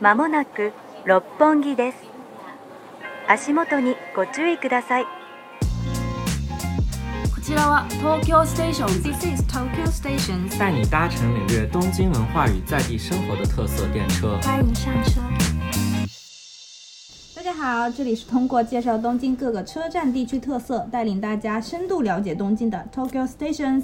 まもなく六本木です。足元にご注意ください。こちらは東京ステーションズ This is Tokyo Station，带你搭乘领略东京文化与在地生活的特色电车。欢迎上车。大家好，这里是通过介绍东京各个车站地区特色，带领大家深度了解东京的 Tokyo Stations。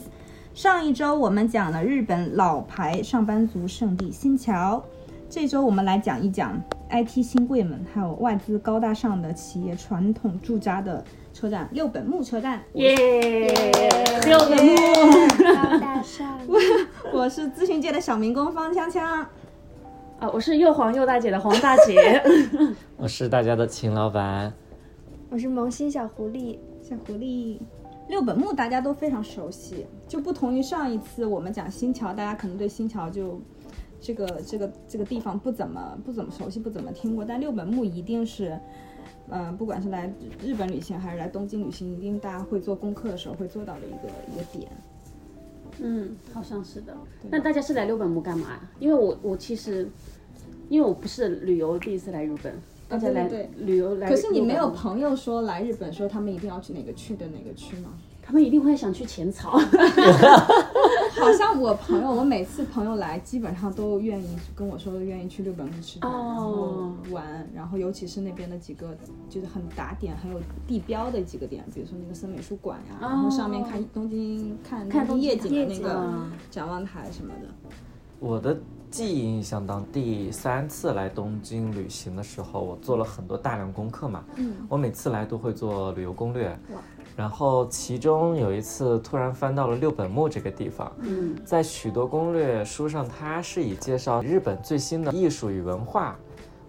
上一周我们讲了日本老牌上班族圣地新桥，这周我们来讲一讲 IT 新贵们，还有外资高大上的企业传统驻扎的车站六本木车站。耶，六个木， 高大上，我是咨询界的小民工方锵锵。啊，我是又黄又大姐的黄大姐，我是大家的秦老板，我是萌新小狐狸。小狐狸。六本木大家都非常熟悉，就不同于上一次我们讲新桥，大家可能对新桥就这个这个这个地方不怎么不怎么熟悉，不怎么听过。但六本木一定是，嗯、不管是来日本旅行还是来东京旅行，一定大家会做功课的时候会做到的一个一个点。嗯，好像是的。那大家是来六本木干嘛呀？因为我我其实，因为我不是旅游第一次来日本，大家对对来对旅游来，可是你没有，朋友说来日本说他们一定要去哪个区的哪个区吗？他们一定会想去浅草。好像我朋友，我每次朋友来，基本上都愿意跟我说愿意去六本木吃饭，然后哦玩，然后尤其是那边的几个就是很打点、很有地标的几个点，比如说那个森美术馆呀、然后上面看东京哦看看东京夜景的那夜景个啊展望台什么的。我的记忆印象当第三次来东京旅行的时候，我做了很多大量功课嘛。嗯，我每次来都会做旅游攻略。然后其中有一次突然翻到了六本木这个地方，嗯，在许多攻略书上，它是以介绍日本最新的艺术与文化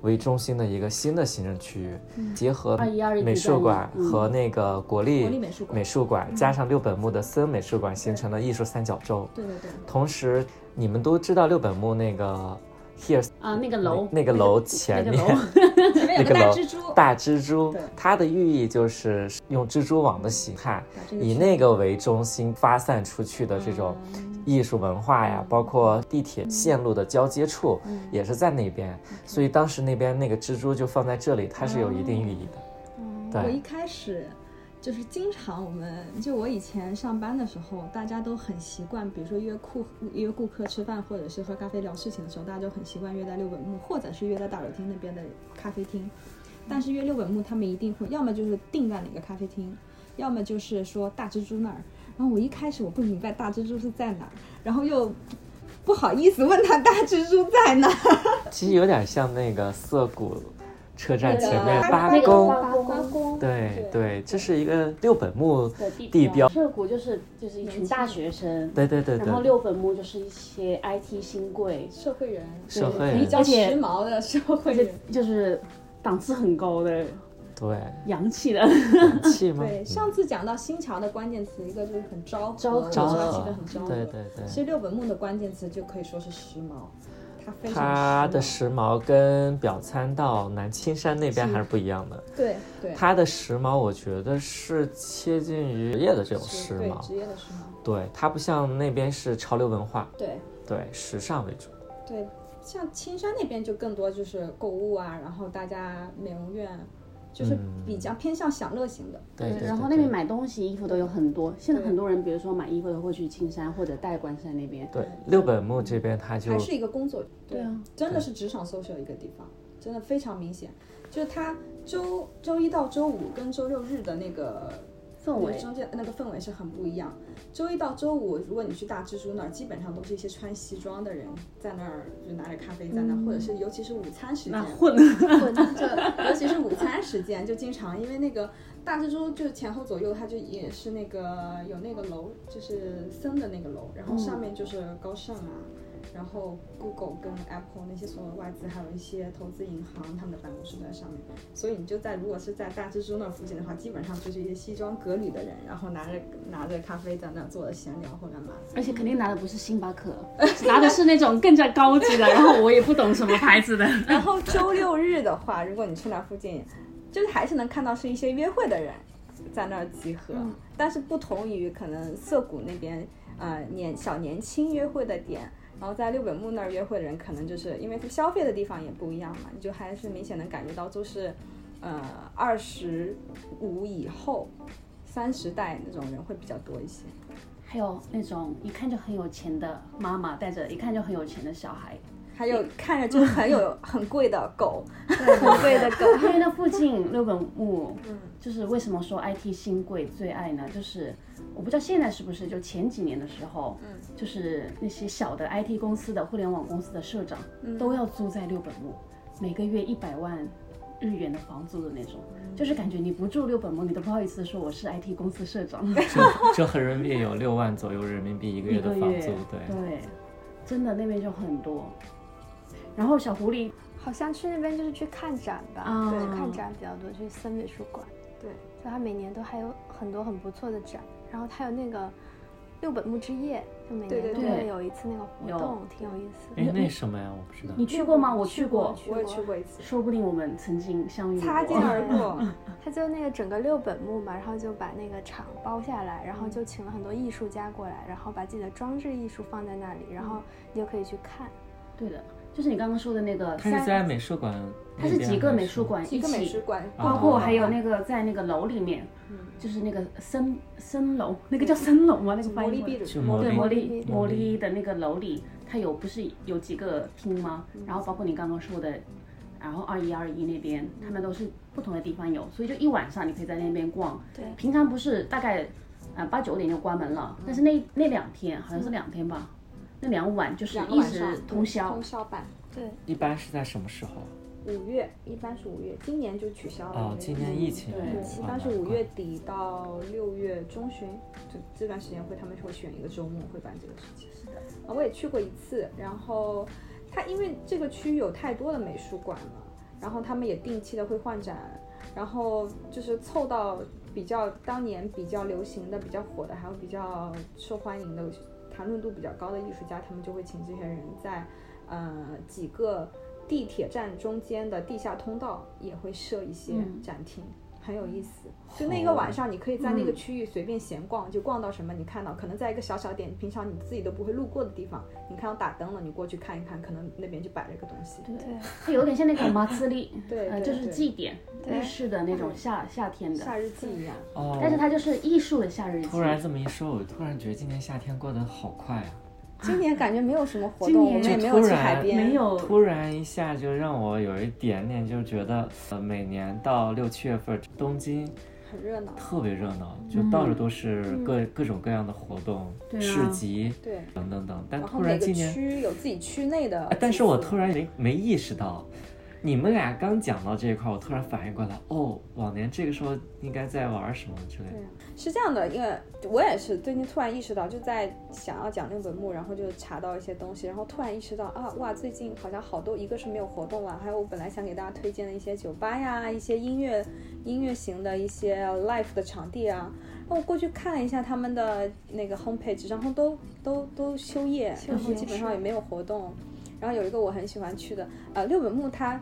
为中心的一个新的行政区域，嗯结合2121美术馆和那个国立国立美术馆嗯馆加上六本木的森美术馆，形成了艺术三角洲。对对对，同时，你们都知道六本木那个 Here 啊，那个楼，那那个楼前面那个楼前面 那有个个大楼蜘蛛，大蜘蛛对，它的寓意就是用蜘蛛网的形态这个以区那个为中心发散出去的这种艺术文化呀，包括地铁线路的交接处也是在那边，所以当时那边那个蜘蛛就放在这里，它是有一定寓意的。我一对，开始就是经常我们就我以前上班的时候，大家都很习惯，比如说约顾约顾客吃饭或者是喝咖啡聊事情的时候，大家就很习惯约在六本木，或者是约在大柳町那边的咖啡厅。但是约六本木，他们一定会要么就是定在哪个咖啡厅，要么就是说大蜘蛛那儿。然后我一开始我不明白大蜘蛛是在哪儿，然后又不好意思问他大蜘蛛在哪儿。其实有点像那个涩谷车站前面那个八那个公。八公公，对对，这是一个六本木的地标涩谷就是就是一群大学生，对对对对然后六本木就是一些 IT 新贵，社会 人，社会比人，较较而时且髦的社会就人。就是档次很高的 对，洋气的。气吗？对，上次讲到新桥的关键词，一个就是很昭和，昭和我觉昭得和记得很昭和。嗯对对对其实六本木的关键词就可以说是时髦，它非常时髦。它的时髦跟表参道南青山那边还是不一样的。对对，它的时髦，我觉得是接近于职业的这种是时对髦职，业的时髦，对，它不像那边是潮流文化，对对，时尚为主。对。像青山那边就更多就是购物啊，然后大家美容院，就是嗯比较偏向享乐型的。对对对然后那对边买东西、衣服都有很多。现在很多人，比如说买衣服的会去青山或者代官山那边。对六本木这边，它就还是一个工作，对啊，真的是职场 social 一个地方，真的非常明显。就是它周周一到周五跟周六日的那个氛围对中间那个氛围是很不一样。周一到周五，如果你去大蜘蛛那儿，基本上都是一些穿西装的人在那儿，就拿着咖啡在那儿，或者是尤其是午餐时间，混混 就尤其是午餐时间，就经常因为那个大蜘蛛就前后左右，它就也是那个有那个楼，就是森的那个楼，然后上面就是高盛啊，然后 Google 跟 Apple 那些所有的外资，还有一些投资银行他们的办公室都在上面，所以你就在如果是在大蜘蛛那附近的话，基本上就是一些西装革履的人，然后拿着拿着咖啡在那坐着闲聊或干嘛。而且肯定拿的不是星巴克，拿的是那种更加高级的，然后我也不懂什么牌子的。然后周六日的话，如果你去那附近，就是还是能看到是一些约会的人在那儿集合，但是不同于可能涩谷那边，呃，年小年轻约会的点，然后在六本木那儿约会的人，可能就是因为他消费的地方也不一样嘛，你就还是明显能感觉到，就是呃二十五以后三十代那种人会比较多一些。还有那种一看就很有钱的妈妈带着一看就很有钱的小孩，还有看着就很有很贵的狗，很贵的狗。因为那附近六本木，就是为什么说 IT 新贵最爱呢？就是我不知道现在是不是，就前几年的时候，就是那些小的 IT 公司的互联网公司的社长都要租在六本木，每个月一百万日元的房租的那种，就是感觉你不住六本木，你都不好意思说我是 IT 公司社长。 折折合人民币有六万左右人民币一个月一的个房月，租，对。真的那边就很多。然后小狐狸好像去那边就是去看展吧，啊对，看展比较多，去森美术馆。对，就它每年都还有很多很不错的展，然后它有那个六本木之夜，就每对年对都对会有一次那个活动，挺有意思哎的，。那什么呀？我不知道。你去过吗？我嗯去过，我也去过一次，说不定我们曾经相遇过。擦肩而过。它就那个整个六本木嘛，然后就把那个场包下来，然后就请了很多艺术家过来，然后把自己的装置艺术放在那里，然后你就可以去看。对的，就是你刚刚说的那个它三，是在美术馆它那边是还是，几个美术馆几一个美起术，馆，啊哦嗯包括还有那个在那个楼里面，就是那个森森楼，那个叫森楼吗？那个摩翻利译过壁来。纸就摩对利魔魔力力魔力的那个楼里，它有不是有几个厅吗？嗯然后包括你刚刚说的，然后二一二一那边，他们都是不同的地方有，所以就一晚上你可以在那边逛。对平常不是大概呃八九点就关门了，但是那那两天好像是两天吧，那两晚就是嗯两个一晚直上通宵通。宵版。对，一般是在什么时候？啊五月一般是五月，今年就取消了。因哦为，今年疫情，对一般是五月底到六月中旬，就这段时间会他们会选一个周末会办这个事情。是的，啊，我也去过一次，然后它因为这个区有太多的美术馆了，然后他们也定期的会换展，然后就是凑到比较当年比较流行的、比较火的，还有比较受欢迎的、谈论度比较高的艺术家，他们就会请这些人在呃几个地铁站中间的地下通道也会设一些嗯展厅。很有意思，就那个晚上，你可以在那个嗯区域随便闲逛，就逛到什么你看到，可能在一个小小点，平常你自己都不会路过的地方，你看到打灯了，你过去看一看，可能那边就摆了一个东西。对对，它有点像那个马自力，对呃，对就是对祭典对日式的那种夏夏天的，夏日记一样，哦，但是它就是艺术的夏日祭。突然这么一说，我突然觉得今年夏天过得好快啊！今年感觉没有什么活今动，年我们也没就有突去然海边，没有突然一下就让我有一点点就觉得，呃，每年到六七月份，东京很热闹。特别热闹，就到处都是各、嗯各种各样的活动、对啊市集对，啊等等等。但然后呃突每然个今年，区有自己区内的哎祭祀，但是我突然没没意识到，你们俩刚讲到这一块，我突然反应过来，哦，往年这个时候应该在玩什么之类的。是这样的，因为我也是最近突然意识到，就在想要讲六本木，然后就查到一些东西，然后突然意识到啊，哇，最近好像好多，一个是没有活动了，还有我本来想给大家推荐的一些酒吧呀，一些音乐音乐型的一些 l i f e 的场地啊，那我过去看了一下他们的那个 homepage，然后都都都休业，然后基本上也没有活动。然后有一个我很喜欢去的，呃，六本木它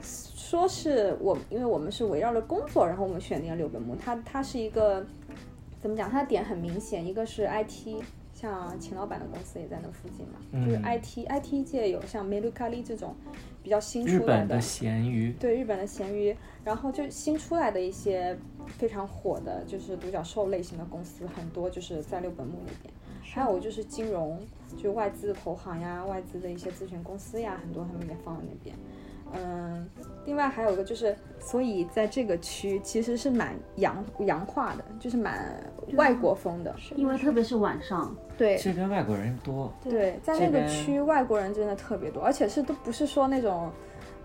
说是我，因为我们是围绕着工作，然后我们选定了六本木，它它是一个怎么讲？它的点很明显，一个是 IT，像秦老板的公司也在那附近嘛，就是嗯 IT IT 界有像 Mercari 这种比较新日出来本的咸鱼，对日本的咸鱼，然后就新出来的一些非常火的，就是独角兽类型的公司，很多就是在六本木那边。还有就是金融，就是外资的投行呀、外资的一些咨询公司呀，很多他们也放在那边。嗯，另外还有一个就是，所以在这个区其实是蛮洋洋化的，就是蛮外国风的。因为特别是晚上，对这边外国人多，对，在那这个边区外国人真的特别多，而且是都不是说那种。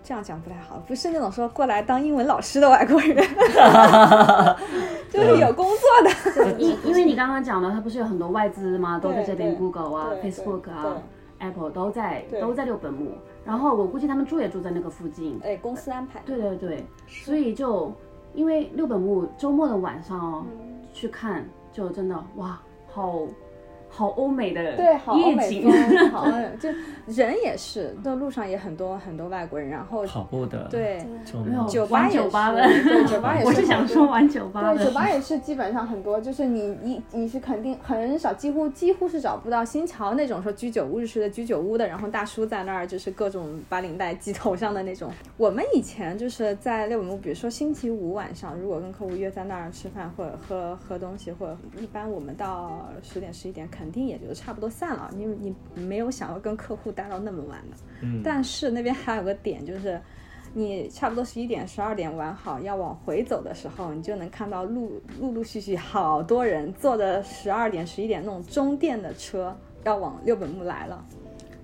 这样讲不太好，不是那种说过来当英文老师的外国 人，就是有工作的。因因为你刚刚讲了，它不是有很多外资吗？都在这边对，Google 啊、对 Facebook 对啊、Apple 都在对都在六本木。然后我估计他们住也住在那个附近。哎，公司安排。对对对，所以就因为哎嗯六本木周末的晚上哦，去看就真的哇，好好欧美的对，好欧夜美景， 风，好欧美，就人也是，那路上也很多很多外国人，然后跑步的，，对，嗯就没有酒吧玩也酒吧是的，对酒 吧也是我是想说玩酒吧对，的酒，吧也是基本上很多，就是你你你是肯定很少，几乎几乎是找不到新桥那种说居酒屋式的居酒屋的，然后大叔在那儿就是各种把领带系头上的那种。我们以前就是在六本木，比如说星期五晚上，如果跟客户约在那儿吃饭或者喝喝东西，或者一般我们到十点十一点肯定也就差不多散了，因为你没有想要跟客户待到那么晚的。嗯，但是那边还有个点就是，你差不多十一点、十二点玩好，要往回走的时候，你就能看到陆陆陆续续好多人坐着十二点、十一点那种中电的车要往六本木来了。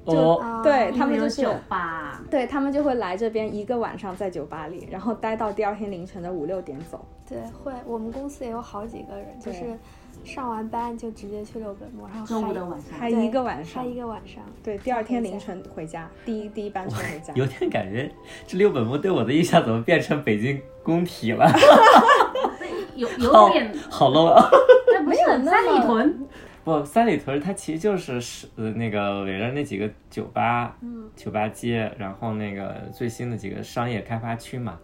哦，啊对他因为们有就是酒吧，对他们就会来这边一个晚上在酒吧里，然后待到第二天凌晨的五六点走。对，会我们公司也有好几个人，就对是上完班就直接去六本木，然后中午嗨的晚上嗨对一个晚上嗨一个晚上。对，第二天凌晨回家，第一第一班车回家。有点感觉这六本木对我的印象怎么变成北京工体了？ 有好有点，好 low 啊！但不是没有那三里么屯，不，三里屯它其实就是是呃那个围着那几个酒吧，嗯，酒吧街，然后那个最新的几个商业开发区嘛，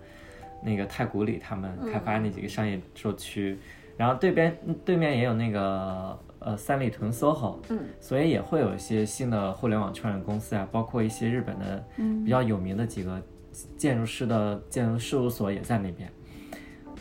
那个太古里他们开发那几个商业社区，然后对边对面也有那个呃三里屯 SOHO，嗯，所以也会有一些新的互联网圈的公司啊，包括一些日本的比较有名的几个建筑师的建筑事务所也在那边，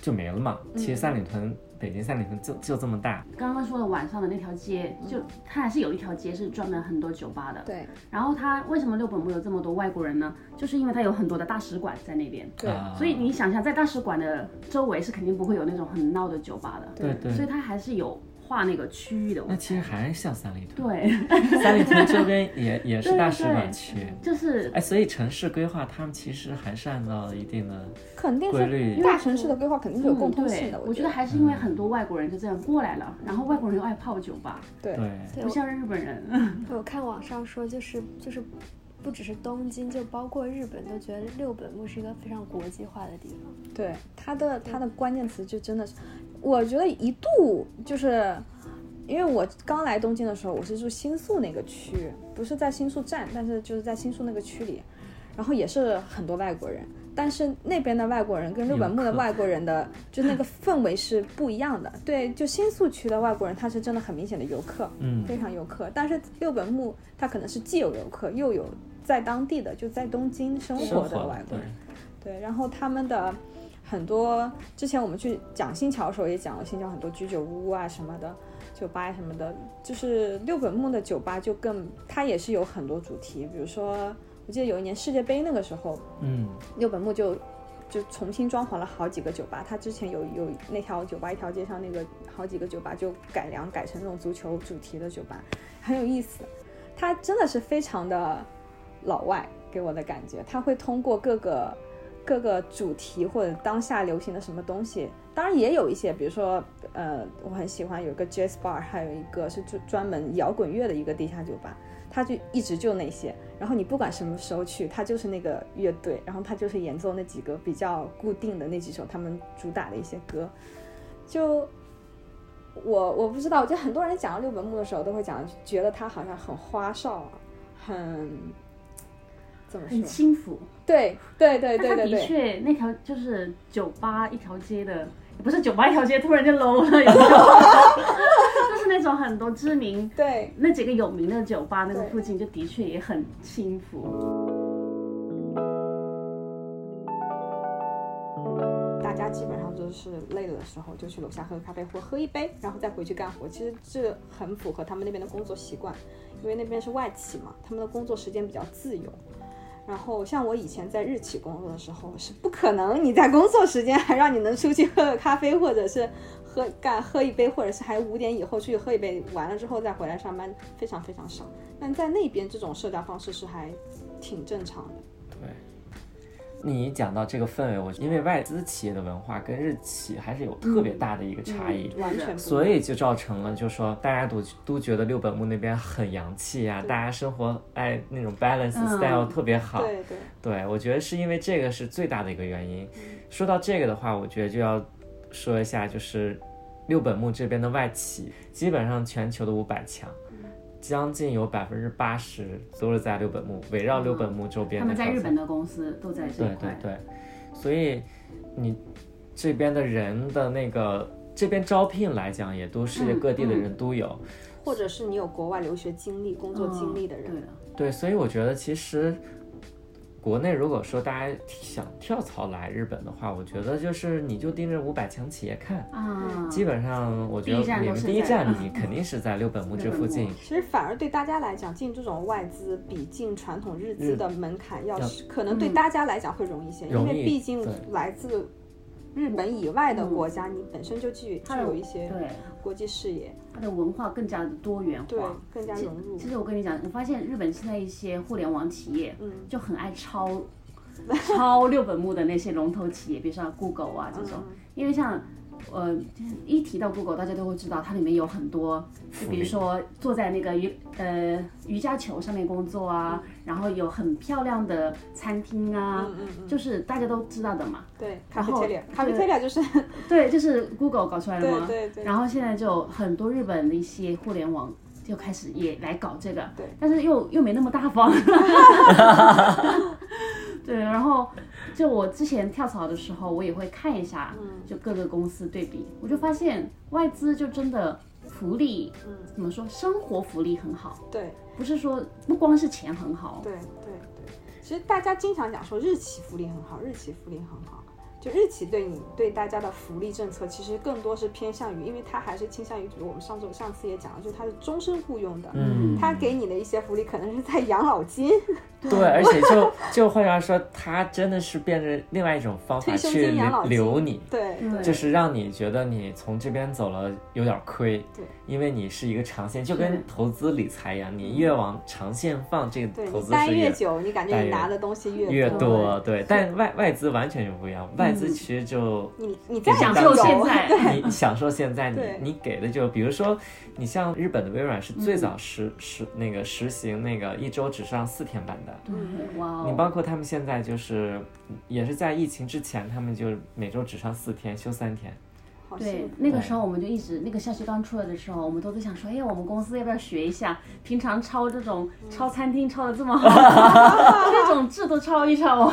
就没了嘛。其实三里屯。北京三里屯就就这么大，刚刚说的晚上的那条街，就它还是有一条街是专门很多酒吧的，啊对然后它为什么六本木有这么多外国人呢？就是因为它有很多的大使馆在那边，对啊所以你想想，在大使馆的周围是肯定不会有那种很闹的酒吧的，对对，所以它还是有划那个区域的。那其实还是像三里屯，对，三里屯周边也也是大使馆区。就是哎，所以城市规划他们其实还是按照一定的，肯定规律是大城市的规划肯定是有共通性的，嗯对我我觉得还是因为很多外国人就这样过来了，然后外国人又爱泡酒吧，对对，对不像日本人。嗯我看网上说，就是就是，不只是东京，就包括日本，都觉得六本木是一个非常国际化的地方。？对它的它的关键词就真的是，我觉得一度就是，因为我刚来东京的时候，我是住新宿那个区，不是在新宿站，但是就是在新宿那个区里，然后也是很多外国人，但是那边的外国人跟日本木的游客外国人的就那个氛围是不一样的。对，就新宿区的外国人，他是真的很明显的游客，嗯非常游客，但是六本木他可能是既有游客又有在当地的，就在东京生生活活的外国对人。对，然后他们的很多，之前我们去讲新桥的时候也讲了新桥很多居酒屋啊什么的，酒吧什么的，就是六本木的酒吧就更，它也是有很多主题，比如说我记得有一年世界杯那个时候，嗯，六本木就就重新装潢了好几个酒吧，它之前有有那条酒吧一条街上那个好几个酒吧就改良改成那种足球主题的酒吧，很有意思。它真的是非常的老外给我的感觉，它会通过各个各个主题或者当下流行的什么东西，当然也有一些，比如说呃，我很喜欢有一个 jazz bar，还有一个是专专门摇滚乐的一个地下酒吧。它就一直就那些，然后你不管什么时候去，它就是那个乐队，然后它就是演奏那几个比较固定的那几首他们主打的一些歌。就我我不知道，我觉得很多人讲到六本木的时候，都会讲觉得它好像很花哨啊，很怎么很说？轻浮，嗯对对对对对但它的 对，确那条就是酒吧一条街的，也不是酒吧一条街，突然就 low 了，有时候 就是那种很多知名对那几个有名的酒吧，那个对附近就的确也很幸福。大家基本上就是累了的时候就去楼下喝个咖啡或喝一杯，然后再回去干活。其实这很符合他们那边的工作习惯，因为那边是外企嘛，他们的工作时间比较自由。然后像我以前在日企工作的时候，是不可能你在工作时间还让你能出去喝个咖啡，或者是喝干喝一杯，或者是还五点以后出去喝一杯，完了之后再回来上班，非常非常少。但在那边这种社交方式是还挺正常的。对。你讲到这个氛围，我因为外资企业的文化跟日企还是有特别大的一个差异，嗯完全不一样所以就造成了，就说大家都都觉得六本木那边很洋气呀、大家生活哎那种 balance 嗯 style 特别好，对对，对，我觉得是因为这个是最大的一个原因。嗯说到这个的话，我觉得就要说一下，就是六本木这边的外企，基本上全球的五百强，嗯将近有百分之八十都是在六本木，围绕六本木周边哦他的们在票日价本的公司都在这一对对块，对，所以你这边的人的那个这边招聘来讲，也都世界嗯各地的嗯人都有。或者是你有国外留学经历、工作经历的嗯对人，的，对，所以我觉得其实国内如果说大家想跳槽来日本的话，我觉得就是你就盯着五百强企业看。啊，基本上，我觉第一得站你都们是第一在站 嗯你肯定是在六本木这六本附木近，其实反而对大家来讲，进这种外资比进传统日资的门槛要要是，可能对大家来讲会容易一些，因容易为毕竟对来自日本以外的国家，你本身就具具它的有一些对国际视野，它的文化更加的多元对化。，更加融入其。实我跟你讲，我发现日本现在一些互联网企业，嗯就很爱抄 抄六本木的那些龙头企业，比如说 Google 嗯啊这种，因为像。呃，一提到 Google，大家都会知道它里面有很多，就比如说坐在那个瑜呃瑜伽球上面工作啊，然后有很漂亮的餐厅啊，嗯嗯嗯嗯，就是大家都知道的嘛。对，咖然啡后 t e l 咖啡 t e l 就是 对，就是 Google 搞出来的对吗？对对，然后现在就很多日本的一些互联网就开始也来搞这个，对，但是又又没那么 大方，对。然后就我之前跳槽的时候，我也会看一下，嗯就各个公司对比，我就发现外资就真的福利，嗯怎么说，生活福利很好，对不是说不光是钱很好，对对对，其实大家经常讲说日企福利很好，日企福利很好。就日企对你对大家的福利政策，其实更多是偏向于，因为它还是倾向于，我们上周上次也讲了，就是它是终身雇佣的，嗯，他给你的一些福利可能是在养老金、对，而且就就换句话说，他真的是变着另外一种方法退休去金、养老留金，留你，对对就是让你觉得你从这边走了有点亏，对，因为你是一个长线，就是跟投资理财一样，嗯你越往长线放，这个对投你资待是越久，你感觉待你越拿的东西越越多嗯多，对。但外外资完全就不一样，外资其实就你你再享想受现在你享受 现在你对嗯你给的就，比如说你像日本的微软是最早实实那个实行那个一周只上四天班的，对，哇你哦，包括他们现在就是，也是在疫情之前，他们就每周只上四天，休三天。好对幸，福那个时候我们就一直，那个消息刚出来的时候，我们都在想说，哎，我们公司要不要学一下？平常抄这种嗯抄餐厅抄的这么好， 这种制度抄一抄。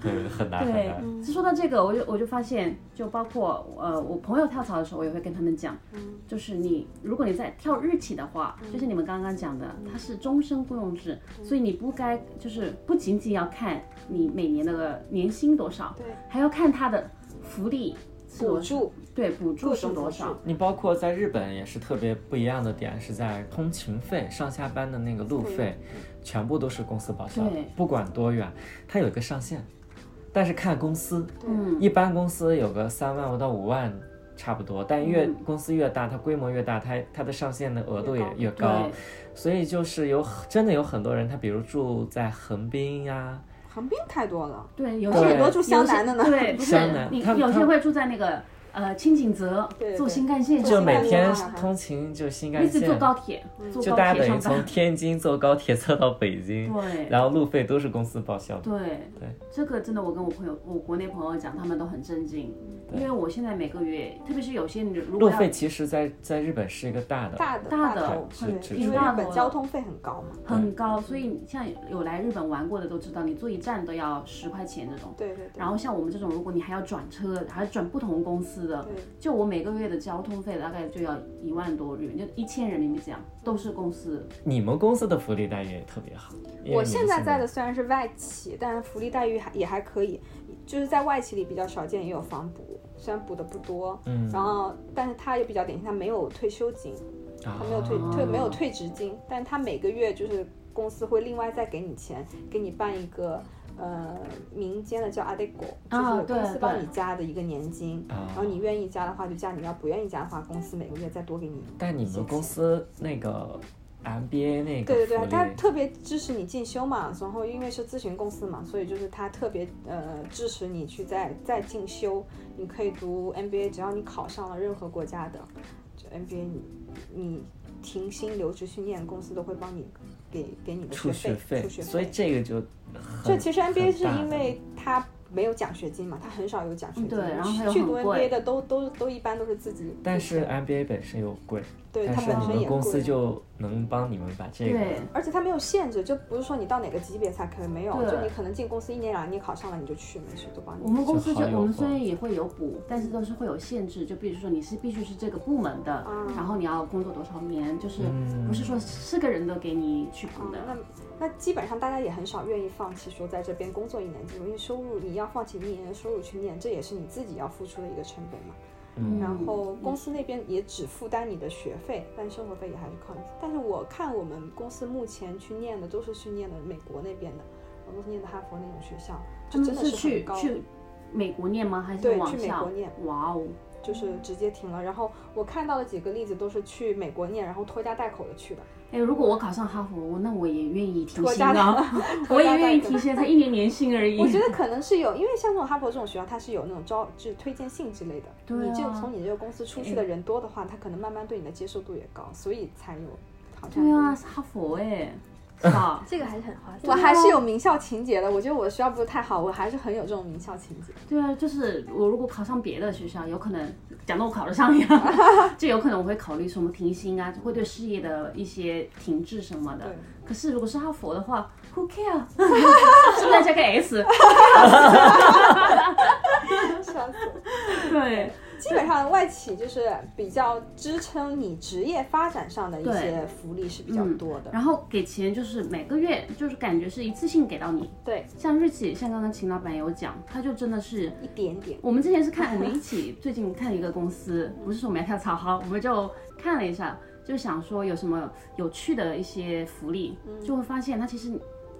对，很难很对难。，就说到这个，我就我就发现，就包括呃，我朋友跳槽的时候，我也会跟他们讲，嗯就是你如果你在跳日企的话，就是你们刚刚讲的，它是终身雇佣制，嗯所以你不该就是不仅仅要看你每年的年薪多少，对，还要看它的福利是补多少。助对补助各是种多补助少？你包括在日本也是特别不一样的点，是在通勤费、上下班的那个路费，全部都是公司报销的对，不管多远，它有一个上限，但是看公司，嗯，一般公司有个三万到五万。差不多，但嗯越、公司越大，它规模越大，它它的上限的额度也越对高，所以就是有很真的有很多人，他比如住在横滨呀、横滨太多了，对，有对些很多住湘南的呢，对，不是湘南你他们有他些们会住在那个呃青井泽对对坐新干线就就上每班，天啊通勤就新一干直线，坐高铁，嗯坐就高大家铁等于上从班。天津坐高铁坐到北 京，对然后路费都是公司报销的。对对，这个真的，我跟我朋友，我国内朋友讲，他们都很震惊，因为我现在每个月，特别是有些你如路果要费其实在，在日本是一个大的，大的大的头，是对，是因为大日头本了交通费很高嘛，很高，所以像有来日本玩过的都知道，你坐一站都要十块钱这种。对对对，然后像我们这种，如果你还要转车，还要转不同公司的，就我每个月的交通费大概就要一万多日元，就一千人民币这样，都是公司。你们公司的福利待遇也特别好。因为我你们现在在的虽然是外企，但福利待遇还也还可以，就是在外企里比较少见，也有房补，虽然补的不多，嗯，然后但是它也比较典型，它没有退休金，啊他没有退退没有退职金，但他每个月就是公司会另外再给你钱，给你办一个呃民间的叫阿 d 狗，就啊是公司对帮对你加的一个年金，啊然后你愿意加的话就加，你要不愿意加的话，公司每个月再多给你。但你们公司那个 MBA 那个对对对，福他利特别支持你进修嘛，然后因为是咨询公司嘛，所以就是他特别呃支持你去再再进修，你可以读 MBA，只要你考上了任何国家的就 MBA，你你停薪留职训练，公司都会帮你给给你的出学学费，出学所以这个就很这其实 MBA 是很大的因为它没有奖学金嘛，他很少有奖学金，嗯对然后它又去很读贵 MBA 的都都都一般都是自己，但是 MBA 本身又贵，对但它是本你身们也公司贵。就能帮你们把这个对，而且它没有限制，就不是说你到哪个级别才可以，没有，对就你可能进公司一年两年，你考上了你就去，没事都帮你。我们公司就就好有我们活虽然也会有补，但是都是会有限制，就比如说你是必须是这个部门的，嗯然后你要工作多少年，就是嗯不是说是个人都给你去补啊的。那那基本上大家也很少愿意放弃说在这边工作一年进入，因为收入你要放弃一年的收入去念，这也是你自己要付出的一个成本嘛。嗯然后公司那边也只负担你的学费，但生活费也还是靠你。但是我看我们公司目前去念的都是去念的美国那边的，我们都是念的哈佛那种学校，他就们真的嗯是是很去高，去美国念吗？还是对往去美校国念？哇哦，就是直接停了。然后我看到的几个例子都是去美国念，然后拖家带口的去的。哎，如果我考上哈佛，我那我也愿意提拖薪家带啊，拖 我也家带愿意口提薪，才一年年薪而已。我觉得可能是有，因为像这种哈佛这种学校，它是有那种招就是推荐信之类的。对你就啊从你这个公司出去的人多的话，他可能慢慢对你的接受度也高，所以才有好像对啊，哈佛 哎，是吧这个还是很划算。我还是有名校情节的，我觉得我的学校不是太好，我还是很有这种名校情节。对啊，就是我如果考上别的学校，有可能讲的我考得上一样，就有可能我会考虑什么停薪啊，会对事业的一些停滞什么的对。 可是如果是哈佛的话，Who care？是不是要加个 S？笑死我！对，基本上外企就是比较支撑你职业发展上的一些福利是比较多的。嗯然后给钱就是每个月，就是感觉是一次性给到你。对，像日企，像刚刚秦老板有讲，他就真的是一点点。我们之前是看，我们一起最近看一个公司， 不是说我们要跳槽哈，我们就看了一下，就想说有什么有趣的一些福利，就会发现它其实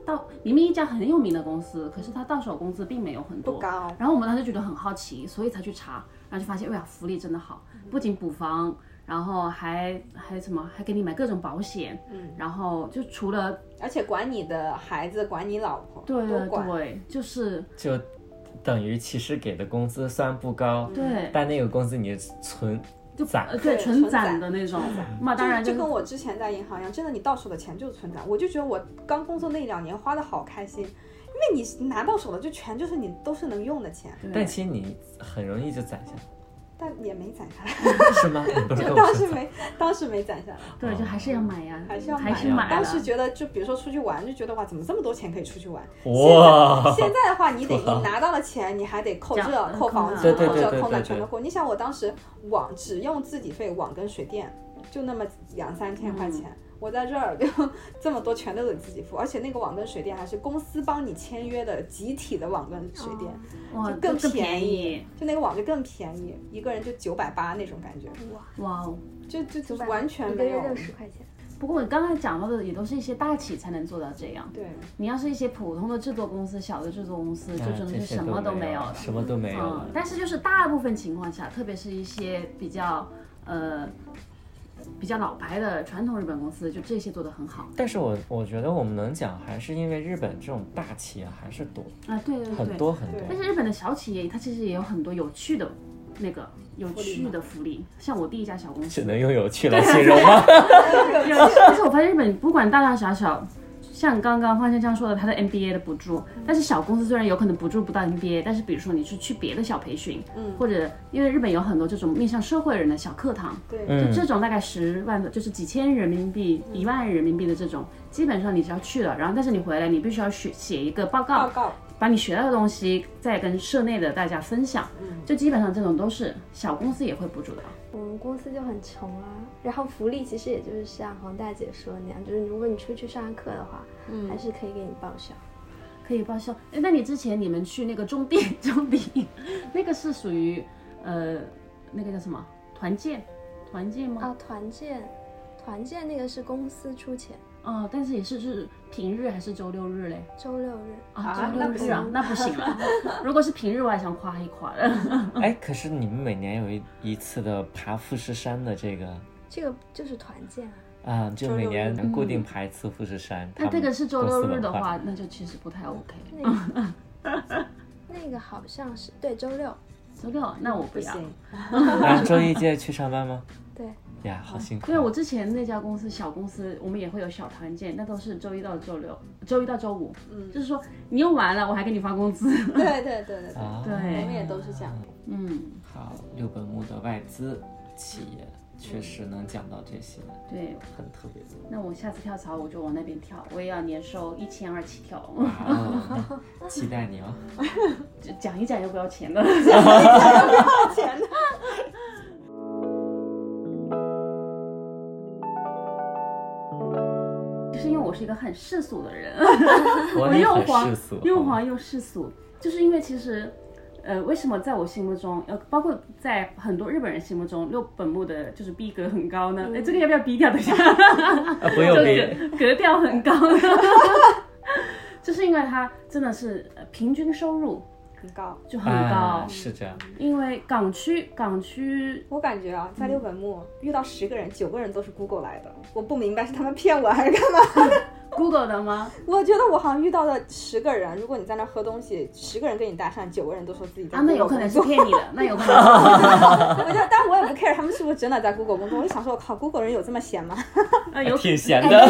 到明明一家很有名的公司，可是它到手工资并没有很多，不高然后我们当时觉得很好奇，所以才去查，然后就发现，哎呀，福利真的好，不仅补房。然后还还什么，还给你买各种保险，嗯然后就除了而且管你的孩子，管你老婆，对都对管。对，就是就等于其实给的工资虽然不高，对，但那个工资你存攒呃，对嗯对纯纯攒攒的那种，那当然就就就是跟我之前在银行一样，真的，你到手的钱就是存攒。我就觉得我刚工作那两年花的好开心，因为你拿到手的就全就是你都是能用的钱，但其实你很容易就攒下 但也没攒下来，来，是吗？你不是跟我当时说没，当时没攒下来，对，就还是要买呀，还是要买还的。是买当了时觉得，就比如说出去玩，就觉得哇，怎么这么多钱可以出去玩？哇，现在的话，你得土豪你拿到了钱，你还得扣这这样扣房对租、对扣对对这扣对那对全都扣。你想，我当时网只用自己费网跟水电，就那么两三千块钱。我在这儿就这么多，全都得自己付，而且那个网跟水电还是公司帮你签约的集体的网跟啊水电，哇，就更更便便宜，就那个网就更便宜，一个人就九百八那种感觉，哇哦！就就就900完全一个没有月六十块钱，不过我刚才讲到的也都是一些大企才能做到这样，对，你要是一些普通的制作公司、小的制作公司，就哎真这的些是什么都都没有有，了。什么都没有嗯了，。但是就是大部分情况下，特别是一些比较呃比较老牌的传统日本公司，就这些做得很好但是我我觉得我们能讲，还是因为日本这种大企业还是多啊，对对对，很多很但多。是日本的小企业，它其实也有很多有趣的那个有趣吗的福利，像我第一家小公司只，能用有趣来 形容吗？但是我发现日本不管大大小小，像刚刚方香香说的，他的 MBA 的补助，嗯但是小公司虽然有可能补助不到 MBA，但是比如说你是去别的小培训，嗯，或者因为日本有很多这种面向社会人的小课堂，对嗯就这种大概十万的，就是几千人民币、嗯一万人民币的这种，基本上你只要去了，然后但是你回来你必须要写写一个报告报，告把你学到的东西再跟社内的大家分享，嗯就基本上这种都是小公司也会补助的。我们公司就很穷啊。然后福利其实也就是像黄大姐说的那样，就是如果你出去上课的话，嗯还是可以给你报销。可以报销。哎，那你之前你们去那个中地， 中地那个是属于呃那个叫什么团建？团建吗？啊，团建，团建那个是公司出钱，哦，但是也是是平日还是周六日嘞？周六日。啊，啊周六日啊，那那不行了。如果是平日，我还想夸一夸的。哎，可是你们每年有一一次的爬富士山的这个。这个就是团建啊。啊，就每周六年日能固定爬一次富士山。嗯那他这们个是周公六司日文的化，话， 那就其实不太 OK。那个 那个好像是对周六，周六那我不不要。行， 然后周一接着去上班吗？对对，呀，好辛苦。对啊，我之前那家公司小公司，我们也会有小团建，那都是周一到周六，周一到周五，嗯就是说你用完了，我还给你发工资。 对对对对对，啊，对我们也都是这样。嗯，好，六本木的外资企业确实能讲到这些，对，很特别。那我下次跳槽我就往那边跳，我也要年收一千二起跳， 啊， 期待你哦。就讲一讲又不要钱了。 就是因为我是一个很世俗的人，我我 也又很黄世俗，哦又黄又世俗，就是因为其实，呃，为什么在我心目中，呃，包括在很多日本人心目中，六本木的就是逼格很高呢？哎、这个要不要逼掉？等一下， 啊不用别格格调很高呢， 就是因为他真的是呃平均收入很高。就很高啊，，是这样。因为港区港区我感觉嗯啊，在六本木遇到十个人，九个人都是 Google 来的，我不明白是他们骗我还是干嘛。 Google 的吗？我觉得我好像遇到了十个人，如果你在那儿喝东西，十个人跟你搭讪，九个人都说自己在啊，那 Google 有可能是工作骗你 的，那有可能 是，我就，但我也不 care 他们是不是真的在 Google 工作。我就想说，我靠，Google 人有这么闲 吗？呃， 有挺闲的，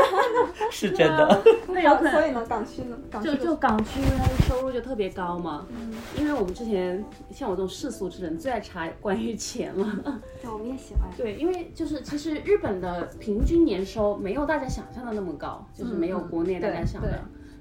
是啊真的。那有可能所以呢，港区呢，港区就就港区它的收入就特别高嘛，因为我们之前像我这种世俗之人最爱查关于钱了，对，我们也喜 欢。 对，因为就是其实日本的平均年收没有大家想象的那么高，就是没有国内大家想的，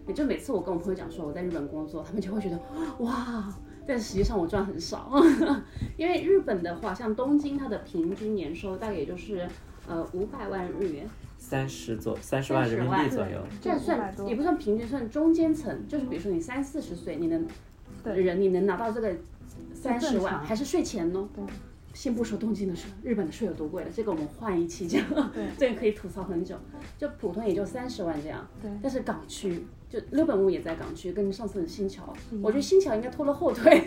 也就每次我跟我朋友讲说我在日本工作，他们就会觉得哇，但实际上我赚很少， 因为日本的话，像东京它的平均年收大概也就是呃五百万日元，三十左三十万人民币左右，这样500算多也不算平均，算中间层。就是比如说你三四十岁，你能人你能拿到这个三十正万，常还是税前呢？先不说东京的税，日本的税有多贵了，这个我们换一期讲， 这个可以吐槽很久。就普通也就三十万这样，对但是港区就六本木也在港区，跟上次的新桥，嗯我觉得新桥应该拖了后腿。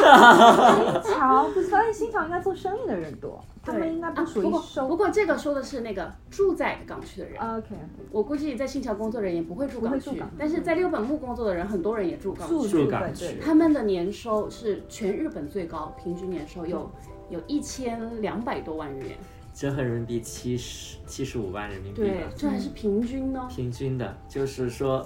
桥，哎不是，发现新桥应该做生意的人多，他们应该不啊属不于过不收。过这个说的是那个住在港区的人， OK，我估计在新桥工作的人也不会住港会区，住港嗯但是在六本木工作的人，很多人也住港区。住港对区对。他们的年收是全日本最高，平均年收有有一千两百多万日元，折合人民币七十七十五万人民币对吧，，这还是平均呢，平均的，就是说，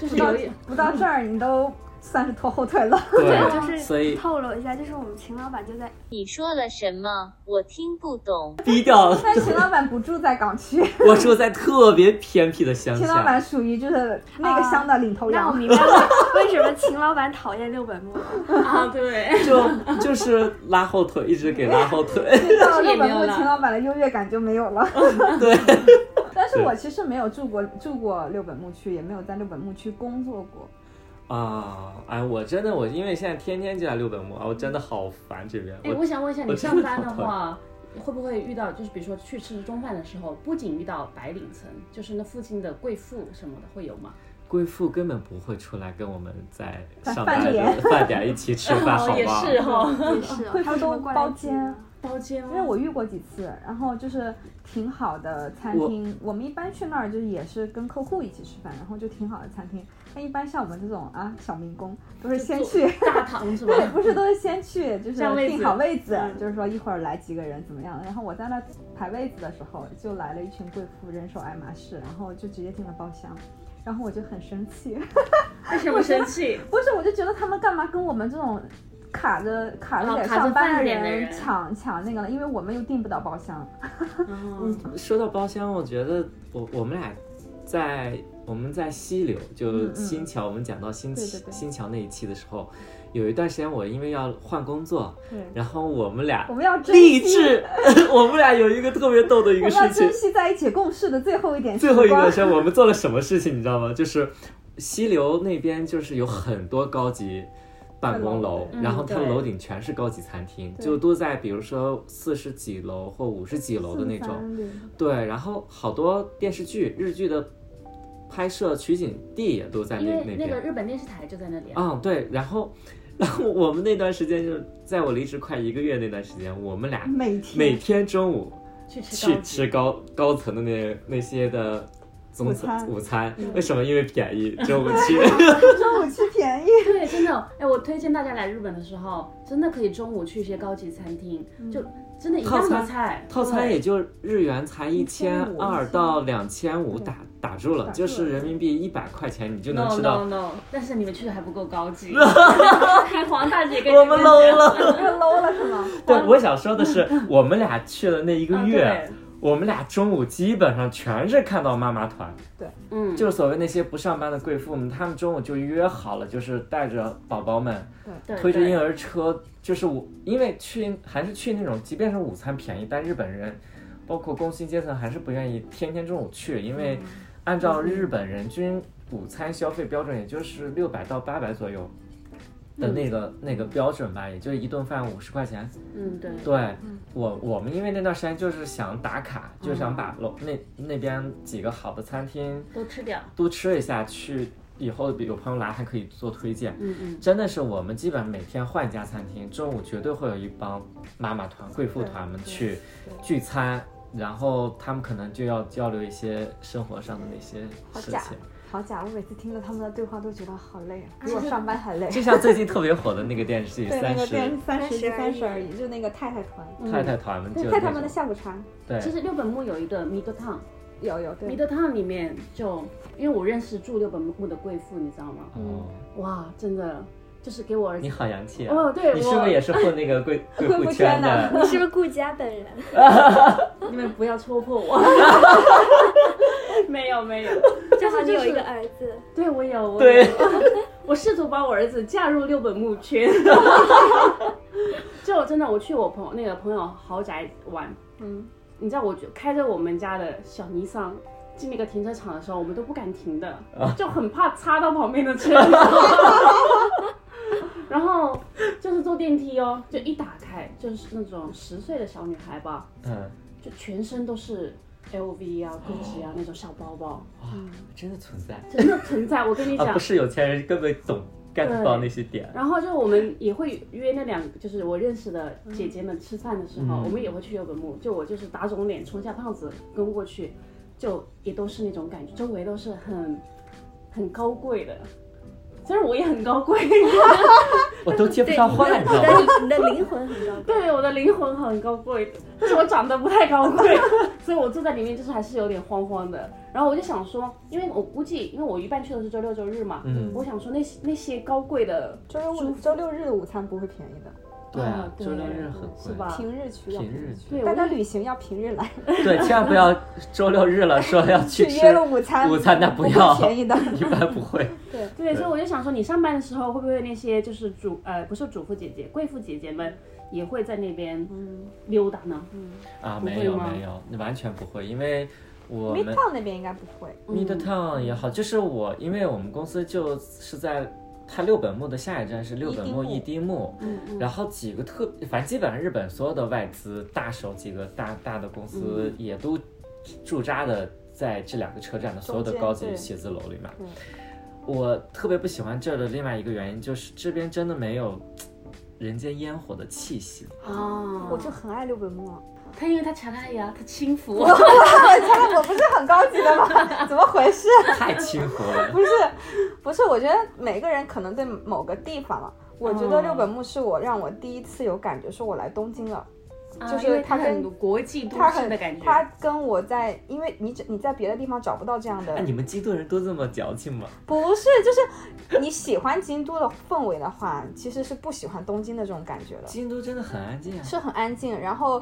就是不到有一不到这儿，你都算是拖后腿了。 对，所以透露一下，就是我们秦老板就在你说了什么？我听不懂。低调。但秦老板不住在港区， 我住在特别偏僻的乡秦老下，板属于就是那个乡的领头啊那我羊。明白了为什么秦老板讨厌六本木了。啊，对， 就就是拉后腿，一直给拉 后腿。到也日没本有木了秦老板的优越感就没有了。 对， 但是我其实没有住过住过六本木区，也没有在六本木区工作过。啊，哎，我真的我因为现在天天就在六本木，啊我真的好烦这边。哎，我我想问一下，我你真上的班的好讨厌话，会不会遇到就是比如说去吃中饭的时候，不仅遇到白领层，就是那附近的贵妇什么的会有吗？贵妇根本不会出来跟我们在在上饭班点的 饭点一起吃饭，好哦也吗？是哈，也 是哦，会他不为什么都过来包挤啊间呢？包间吗？因为哎我遇过几次，然后就是挺好的餐厅，我们一般去那儿就是也是跟客户一起吃饭，然后就挺好的餐厅。但一般像我们这种啊小民工，都是先去，大堂是吧？对， 不是都是先去，就是嗯占位子定好位置，嗯就是说一会儿来几个人怎么样。然后我在那排位子的时候，就来了一群贵妇，人手爱马仕，然后就直接进了包厢，然后我就很生气。 为什么生气？不是，我就觉得他们干嘛跟我们这种卡着卡着哦点卡着上班饭的点的人抢抢那个了？因为我们又订不到包厢。嗯，说到包厢，我觉得我我们俩在我们在西流，就嗯嗯新桥，我们讲到新对桥对对新桥那一期的时候，有一段时间我因为要换工作，对然后我们俩我们要珍惜励志， 我们俩有一个特别逗的一我个们要事情珍，惜在一起共事的最后一点时 最光。后一个是我们做了什么事情，你知道吗？就是西流那边就是有很多高级办公楼，嗯然后它对楼顶全是高级餐厅，对就都在比如说四十几楼或五十几楼的那种。对，然后好多电视剧、日剧的拍摄取景地也都在因那为那个边。日本电视台就在那里啊。嗯，对，然后， 然后我们那段时间就是在我离职快一个月那段时间，我们俩嗯每天每天中午去吃去高级吃高高层的那那些的中餐嗯午午餐，为什么？因为便宜，中午 去。中午吃便宜。对，嗯真的，哎，我推荐大家来日本的时候，真的可以中午去一些高级餐厅，就真的一样的菜，套餐对也就日元才一千二1200到两千五打打住了，打住就了是人民币一百块钱你就能 no 吃 no 到。 no，但是你们去的还不够高 级，还黄大姐跟你我们 low 讲了， low 了是吗？对，我想说的是，我们俩去了那一个啊月，对我们俩中午基本上全是看到妈妈团，嗯，就是所谓那些不上班的贵妇们，她们中午就约好了，就是带着宝宝们对推着对婴儿车，就是我因为去还是去那种，即便是午餐便宜，但日本人包括工薪阶层还是不愿意天天中午去，因为嗯按照日本人均午餐消费标准，也就是六百到八百左右。的那个、那个标准吧，也就一顿饭五十块钱。嗯嗯对，对我我们因为那段时间就是想打卡，就想把楼、那那边几个好的餐厅都吃掉，多吃一下，去以后有朋友来还可以做推荐。嗯嗯，真的是我们基本每天换一家餐厅，中午绝对会有一帮妈妈团、贵妇团们去聚餐，然后他们可能就要交流一些生活上的那些好事假情，好假，我每次听了他们的对话都觉得好累啊，比我上班还 累。就像最近特别火的那个电视剧 《对三那个十电三十30三十而已，就那个太太团，太太团》们就对有太太那们的种下午茶，对其实六本木有一个 m i d t o w n 有有 m i 对 d，t o w n 里面就因为我认识住六本木的贵妇，你知道吗？哦，哇，真的就是给我儿你子，好洋气啊！哦对，你是不是我也是混那 个贵贵妇妇圈圈的的？ 你是不是顾家本人？你们不要戳破 我， 没有没 有，就正好是你就有一个是儿子，对我有，我对有， 我试图把我儿子嫁入六本木 圈。就真的，我去我朋友那个朋友豪宅玩，嗯，你知道我就开着我们家的小尼桑进那个停车场的时候，我们都不敢停的，啊就很怕擦到旁边的 车。然后就是坐电梯哦，就一打开就是那种十岁的小女孩吧，嗯，就全身都是 LV 啊、GUCCI 啊那种小包包，哇，真的存在真的存在。我跟你啊！讲不，是有钱人根本懂 get 不到那些点。然后就我们也会约那两，就是我认识的姐姐们吃饭的时候，嗯我们也会去六本木。就我就是打肿脸充下胖子跟过去，就也都是那种感觉，周围都是很很高贵的。虽然我也很高贵， 我都接不上话，你知道吗？你的灵魂很高，对我的灵魂很高贵，但是我长得不太高贵， 所以我坐在里面就是还是有点慌慌的。然后我就想说，因为我估计，因为我一般去的是周六周日嘛，嗯我想说那些那些高贵的周六五周六日的午餐不会便宜的，对啊，对周六日很是贵，吧平日去要平日去。对大我家就旅行要平日来，对，千万不要周六日了说要去吃约了午餐，午餐，那不不要，会 便宜的。一般不会。对，所以我就想说，你上班的时候会不会那些就是主呃不是主妇姐姐、贵妇姐姐们也会在那边嗯溜达呢？啊，不会没有吗没有，完全不会，因为我 Midtown 们那边应该不会， Midtown 也好，就是我，因为我们公司就是在它六本木的下一站是六本木一一丁目，然后几个特，反正基本上日本所有的外资大手几个大大的公司也都驻扎的在这两个车站的所有的中间高级对写字楼里面。我特别不喜欢这儿的另外一个原因就是这边真的没有人间烟火的气息。啊，哦我就很爱六本木。啊他因为他查他呀，他轻浮啊我， 我觉得我不是很高级的吗？ 怎么回事？太亲和了。不是，不是，我觉得每个人可能对某个地方了。我觉哦得六本木是我让我第一次有感觉，说我来东京了。啊就是因为他他很跟国际都他市很的感，觉。他跟我在，因为你只你在别的地方找不到这样的啊哎，你们京都人都这么矫情吗？不是，就是你喜欢京都的氛围的话，其实是不喜欢东京的这种感觉的，京都真的很安静啊。是很安静。然后，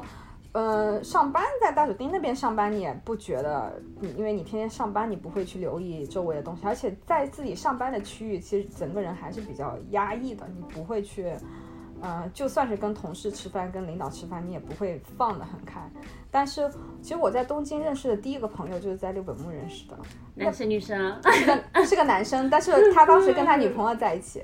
呃，上班在大手町那边上班，你也不觉得，你因为你天天上班，你不会去留意周围的东西，而且在自己上班的区域，其实整个人还是比较压抑的，你不会去。呃，就算是跟同事吃饭、跟领导吃饭，你也不会放得很开。但是，其实我在东京认识的第一个朋友就是在六本木认识的，男生女生啊，是个男生，但是他当时跟他女朋友在一起，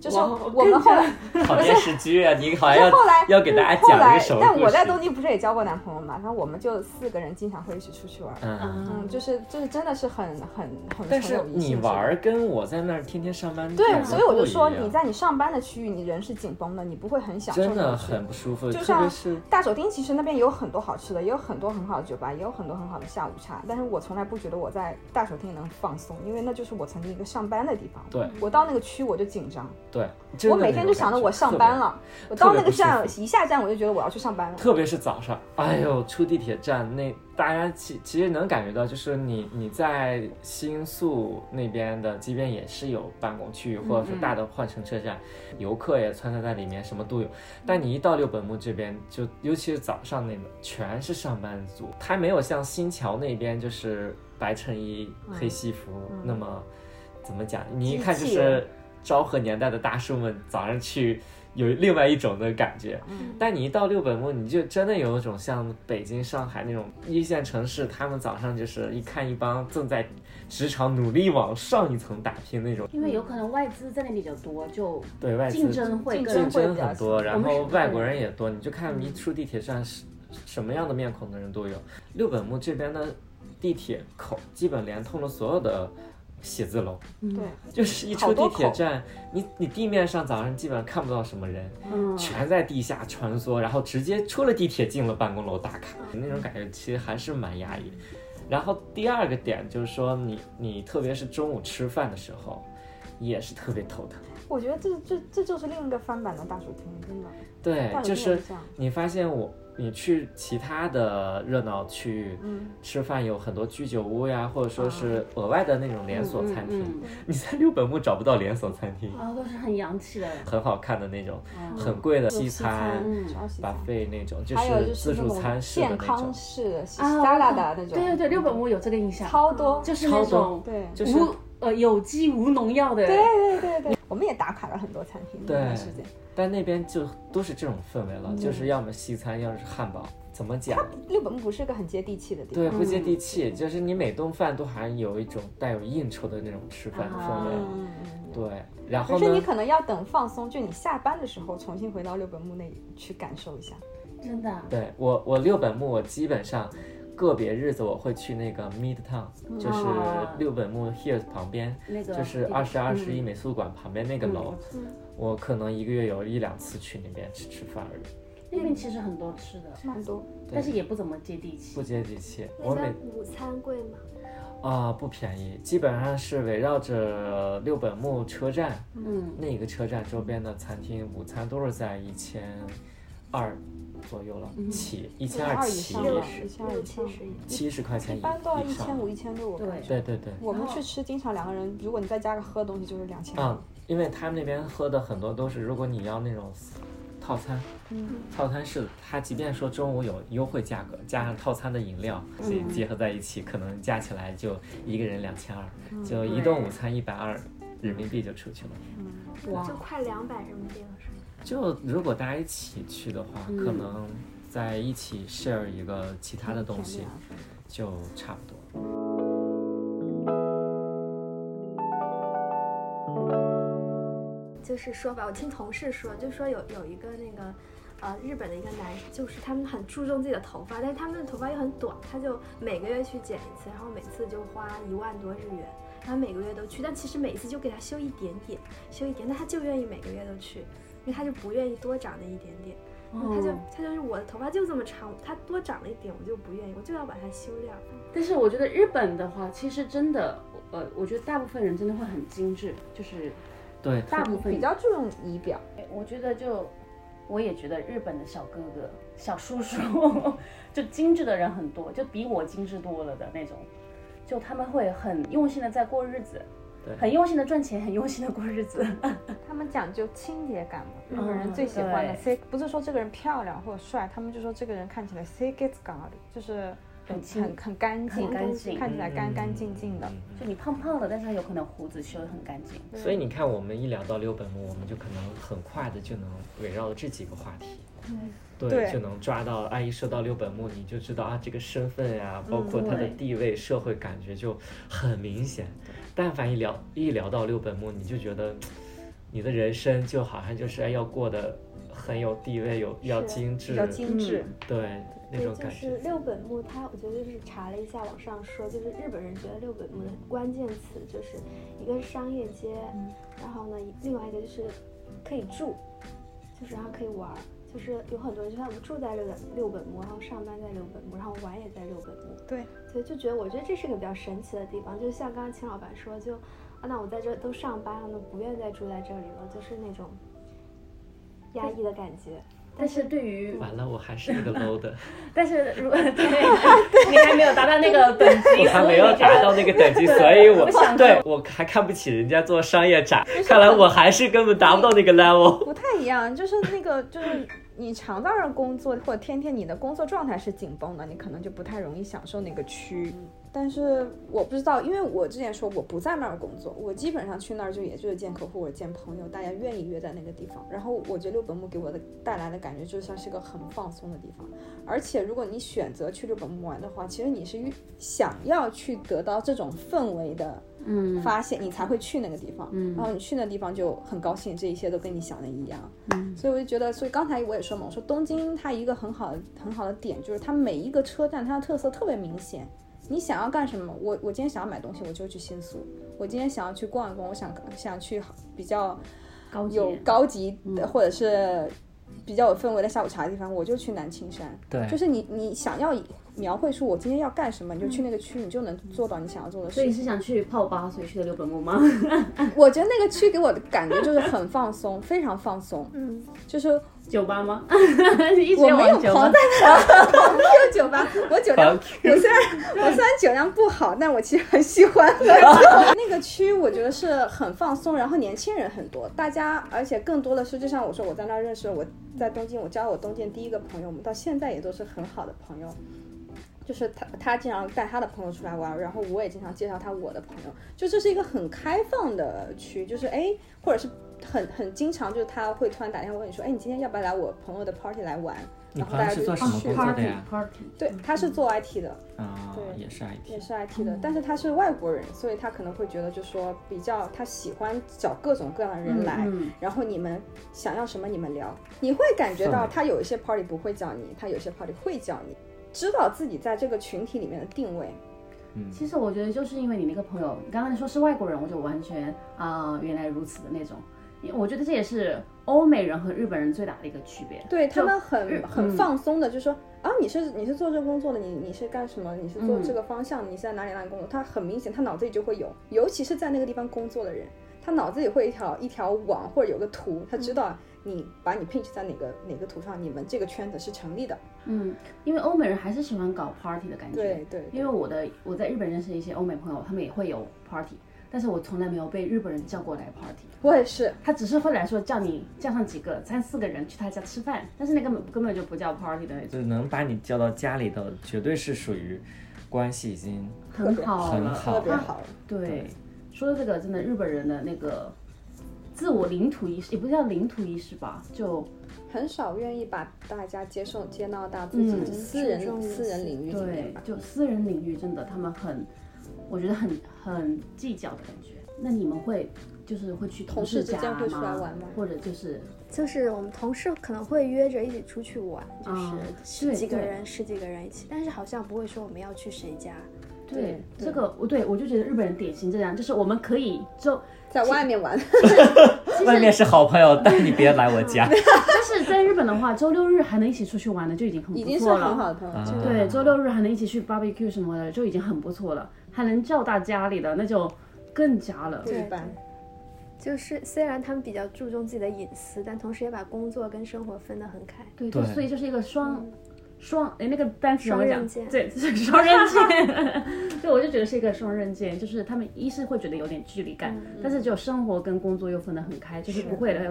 就是哇我们后来好电视剧啊！你好像要后来要给大家后讲一来个什，么但故事？我在东京不是也交过男朋友嘛，然后我们就四个人经常会一起出去玩，嗯，嗯，就是就是真的是很很很但很是有仪式你感玩。儿跟我在那儿天天上班，对，所以我就说不一样你在你上班的区域，你人是紧绷的，你不会很享受那真种的区域很不舒服，就特别像是大手町其实那边有很多好吃的，也有很多很好的酒吧，也有很多很好的下午茶。但是我从来不觉得我在大手町能放松，因为那就是我曾经一个上班的地方。对我到那个区我就紧张，对，真我的每那天种就想着感觉我上班。了，我到那个特站别不舒一下站我就觉得我要去上班了。特别特别是早上，哎呦，出地铁站那大家其其实能感觉到，就是你你在新宿那边的，即便也是有办公区域或嗯者说大的换乘车站，游客也穿插在里面，什么都有。但你一到六本木这边，就尤其是早上那个，全是上班族，他没有像新桥那边就是白衬衣、黑西服、那么怎么讲？你一看就嗯机器人是昭和年代的大叔们早上去。有另外一种的感觉，嗯但你一到六本木，你就真的有一种像北京、上海那种一线城市，他们早上就是一看一帮正在职场努力往上一层打拼那种，因为有可能外资在那里比较多，就对外资竞争会更竞争很多，然我后们是外国人也多，你就看一出地铁站是什么样的面孔的人都有。六本木这边的地铁口基本连通了所有的写字楼，对，就是一好出多地口铁站，你你地面上早上基本上看不到什么人，嗯，全在地下穿梭，然后直接出了地铁进了办公楼打卡，那种感觉其实还是蛮压抑。然后第二个点就是说你，你特别是中午吃饭的时候，也是特别头疼。我觉得这这这就是另一个翻版的大暑天，真的。对大，有就点是像你发现我，你去其他的热闹去嗯吃饭，有很多居酒屋呀，或者啊说是额外的那种连锁餐厅，嗯 你在六本木找不到连锁餐厅，啊，都是很洋气的，很好看的那种，很贵的呃西餐。嗯主要啊西餐 buffet 那种，就还有是就自那助种餐式的健那康种，式的、稀稀啊，拉拉的那种，对嗯对对，六本木有这个印象，超多。就是那种对就是无呃有机无农药的，对对对对，我们也打卡了很多餐厅那段时间。但那边就都是这种氛围了，嗯就是要么西餐，要么是汉堡，怎么讲？六本木不是个很接地气的地对，方，不接地气，就是你每顿饭都还有一种带有应酬的那种吃饭的氛围。嗯嗯对，然可后是你呢？可能要等放松，就你下班的时候重新回到六本木那里去感受一下。真的，对我，我六本木，我基本上个别日子我会去那个 Midtown，就是嗯啊六本木 Hills 旁边，那个嗯就是二十二十嗯一美术馆旁边那个楼。我可能一个月有一两次去那边吃吃饭而已，那边其实很多吃的，蛮多，但是也不怎么接地气不。接地气。我那每边午餐贵吗？啊、不便宜，基本上是围绕着六本木车站，嗯，那个车站周边的餐厅午餐都是在一千二左右了，起一千二嗯二以起上也了，是一千二六以七上，十一，七十块钱一以般都要以一千上五、一千六。我对感觉对对对，我们去吃，经常两个人，如果你再加个喝东西，就是两千。啊、因为他们那边喝的很多都是，如果你要那种套餐，嗯套餐式的，它即便说中午有优惠价格，加上套餐的饮料，所嗯以结合在一起，可能加起来就一个人两千二，嗯就一顿午餐一百二人民币就出去了。哇就，快两百人民币了，是吗？就如果大家一起去的话，可嗯能在一起 share 一个其他的东嗯西，就差不多。就是说吧，我听同事说，就说有有一个那个，呃，日本的一个男，就是他们很注重自己的头发，但是他们的头发又很短，他就每个月去剪一次，然后每次就花一万多日元，然后每个月都去，但其实每一次就给他修一点点，修一点，但他就愿意每个月都去，因为他就不愿意多长那一点点。然后他就哦他就是我的头发就这么长，他多长了一点，我就不愿意，我就要把它修掉。但是我觉得日本的话，其实真的，呃，我觉得大部分人真的会很精致，就是对，大部分比较注重仪表，我觉得就，我也觉得日本的小哥哥、小叔叔， 就精致的人很多，就比我精致多了的那种，就他们会很用心的在过日子，很用心的赚钱，很用心的过日子。 他们讲究清洁感嘛，日本人嗯最喜欢的对 C，不是说这个人漂亮或者帅，他们就说这个人看起来 C gets 感而已就是很很清很很干净，很干净嗯看起来干干净净的。就你胖胖的，但是他有可能胡子修得很干净。嗯所以你看，我们一聊到六本木，我们就可能很快的就能围绕这几个话题，对，对就能抓到。阿姨说到六本木，你就知道啊，这个身份呀、包括他的对地位、社会感觉就很明显。但凡一聊一聊到六本木，你就觉得嘖你的人生就好像就是哎要过得很有地位、有要精致，比较精致。嗯对那对，种就感是觉。六本木，它我觉得就是查了一下，网上说就是日本人觉得六本木的关键词就是一个是商业街，然后呢，另外一个就是可以住，就是然后可以玩儿，就是有很多人就他我住在六本六本木，然后上班在六本木，然后玩也在六本木，对，所以就觉得我觉得这是个比较神奇的地方，就像刚刚秦老板说，就啊，那我在这都上班了，都不愿再住在这里了，就是那种压抑的感觉。但是对于，完了，我还是一个 low 的，但是如果对，你还没有达到那个等级，我还没有达到那个等级，所以我对我还看不起人家做商业展，看来我还是根本达不到那个 level。不太一样，就是那个就是你常在那儿工作，或者天天你的工作状态是紧绷的，你可能就不太容易享受那个区。但是我不知道，因为我之前说我不在那儿工作，我基本上去那儿就也就是见客户或者见朋友，大家愿意约在那个地方。然后我觉得六本木给我的带来的感觉就像是个很放松的地方，而且如果你选择去六本木玩的话，其实你是想要去得到这种氛围的嗯，发现，你才会去那个地方。嗯然后你去那地方就很高兴，这一切都跟你想的一样。嗯所以我就觉得，所以刚才我也说嘛，我说东京它一个很好的很好的点就是它每一个车站它的特色特别明显。你想要干什么？我我今天想要买东西，我就去新宿；我今天想要去逛一逛，我想想去好比较高级有高级的、嗯或者是比较有氛围的下午茶的地方，我就去南青山。对就是你你想要描绘出我今天要干什么，你就去那个区，你就能做到你想要做的事所以情你。是想去泡吧，所以去的六本木吗？我觉得那个区给我的感觉就是很放松，非常放松。嗯，就是酒吧吗？ 一直我没有往酒吧狂在。那 狂 Q 酒吧，我酒量，狂我虽然我虽然酒量不好，但我其实很喜欢喝酒。那个区我觉得是很放松，然后年轻人很多，大家而且更多的是，就像我说我在那儿认识了我在东京，我交我东京第一个朋友，我们到现在也都是很好的朋友。就是他，他经常带他的朋友出来玩，然后我也经常介绍他我的朋友，就这是一个很开放的区，就是哎，或者是很很经常就是他会突然打电话问你说，哎，你今天要不要来我朋友的 party 来玩？你然后朋大家友是就做什么工作的呀？哦 party，嗯对，他是做 IT 的，啊对也是 IT，也是 IT 哦的，但是他是外国人，所以他可能会觉得就说比较他喜欢找各种各样的人来，嗯然后你们想要什么你们聊，你会感觉到他有一些 party 不会叫你，他有些 party 会叫你，知道自己在这个群体里面的定位。嗯，其实我觉得就是因为你那个朋友，你刚刚说是外国人，我就完全啊、原来如此的那种。因为我觉得这也是欧美人和日本人最大的一个区别。对他就们很很嗯放松的，就说啊，你是你是做这个工作的，你你是干什么？你是做嗯这个方向，你是在哪里哪里工作？他很明显，他脑子里就会有，尤其是在那个地方工作的人，他脑子里会有一条一条网或者有个图，他知道你把你 pinch 在哪个哪个图上，你们这个圈子是成立的。嗯，因为欧美人还是喜欢搞 party 的感觉。对对因为我的我在日本认识一些欧美朋友，他们也会有 party，但是我从来没有被日本人叫过来 party。我也是，他只是会来说叫你叫上几个三四个人去他家吃饭，但是那根本根本就不叫 party 的那种，就能把你叫到家里的，绝对是属于关系已经很好很了。好特别了。好。对，说到这个，真的日本人的那个自我领土意识，也不叫领土意识吧，就很少愿意把大家接受接纳到自己嗯私人、注重于私人领域里面对吧，。就私人领域真的他们很，我觉得很很计较的感觉。那你们会就是会去同事之家间会出来吗玩吗或者就是就是我们同事可能会约着一起出去玩，就是啊十对几个对人、十几个人一起，但是好像不会说我们要去谁家。对这个，我对我就觉得日本人典型这样，就是我们可以就在外面玩，外面是好朋友，但你别来我 家。但是在日本的话，周六日还能一起出去玩的就已经很已不经是错很了。好的朋友圈。啊对，周六日还能一起去 barbecue 什么的，就已经很不错了。还能叫到家里的，那就更加了不。一般，就是虽然他们比较注重自己的隐私，但同时也把工作跟生活分得很 开。对，就对所以就是一个双双哎，那个单词怎么双讲刃剑？对，是双 刃剑。对，我就觉得是一个双刃剑，就是他们一是会觉得有点距离感，但是就生活跟工作又分得很开，就是不会来，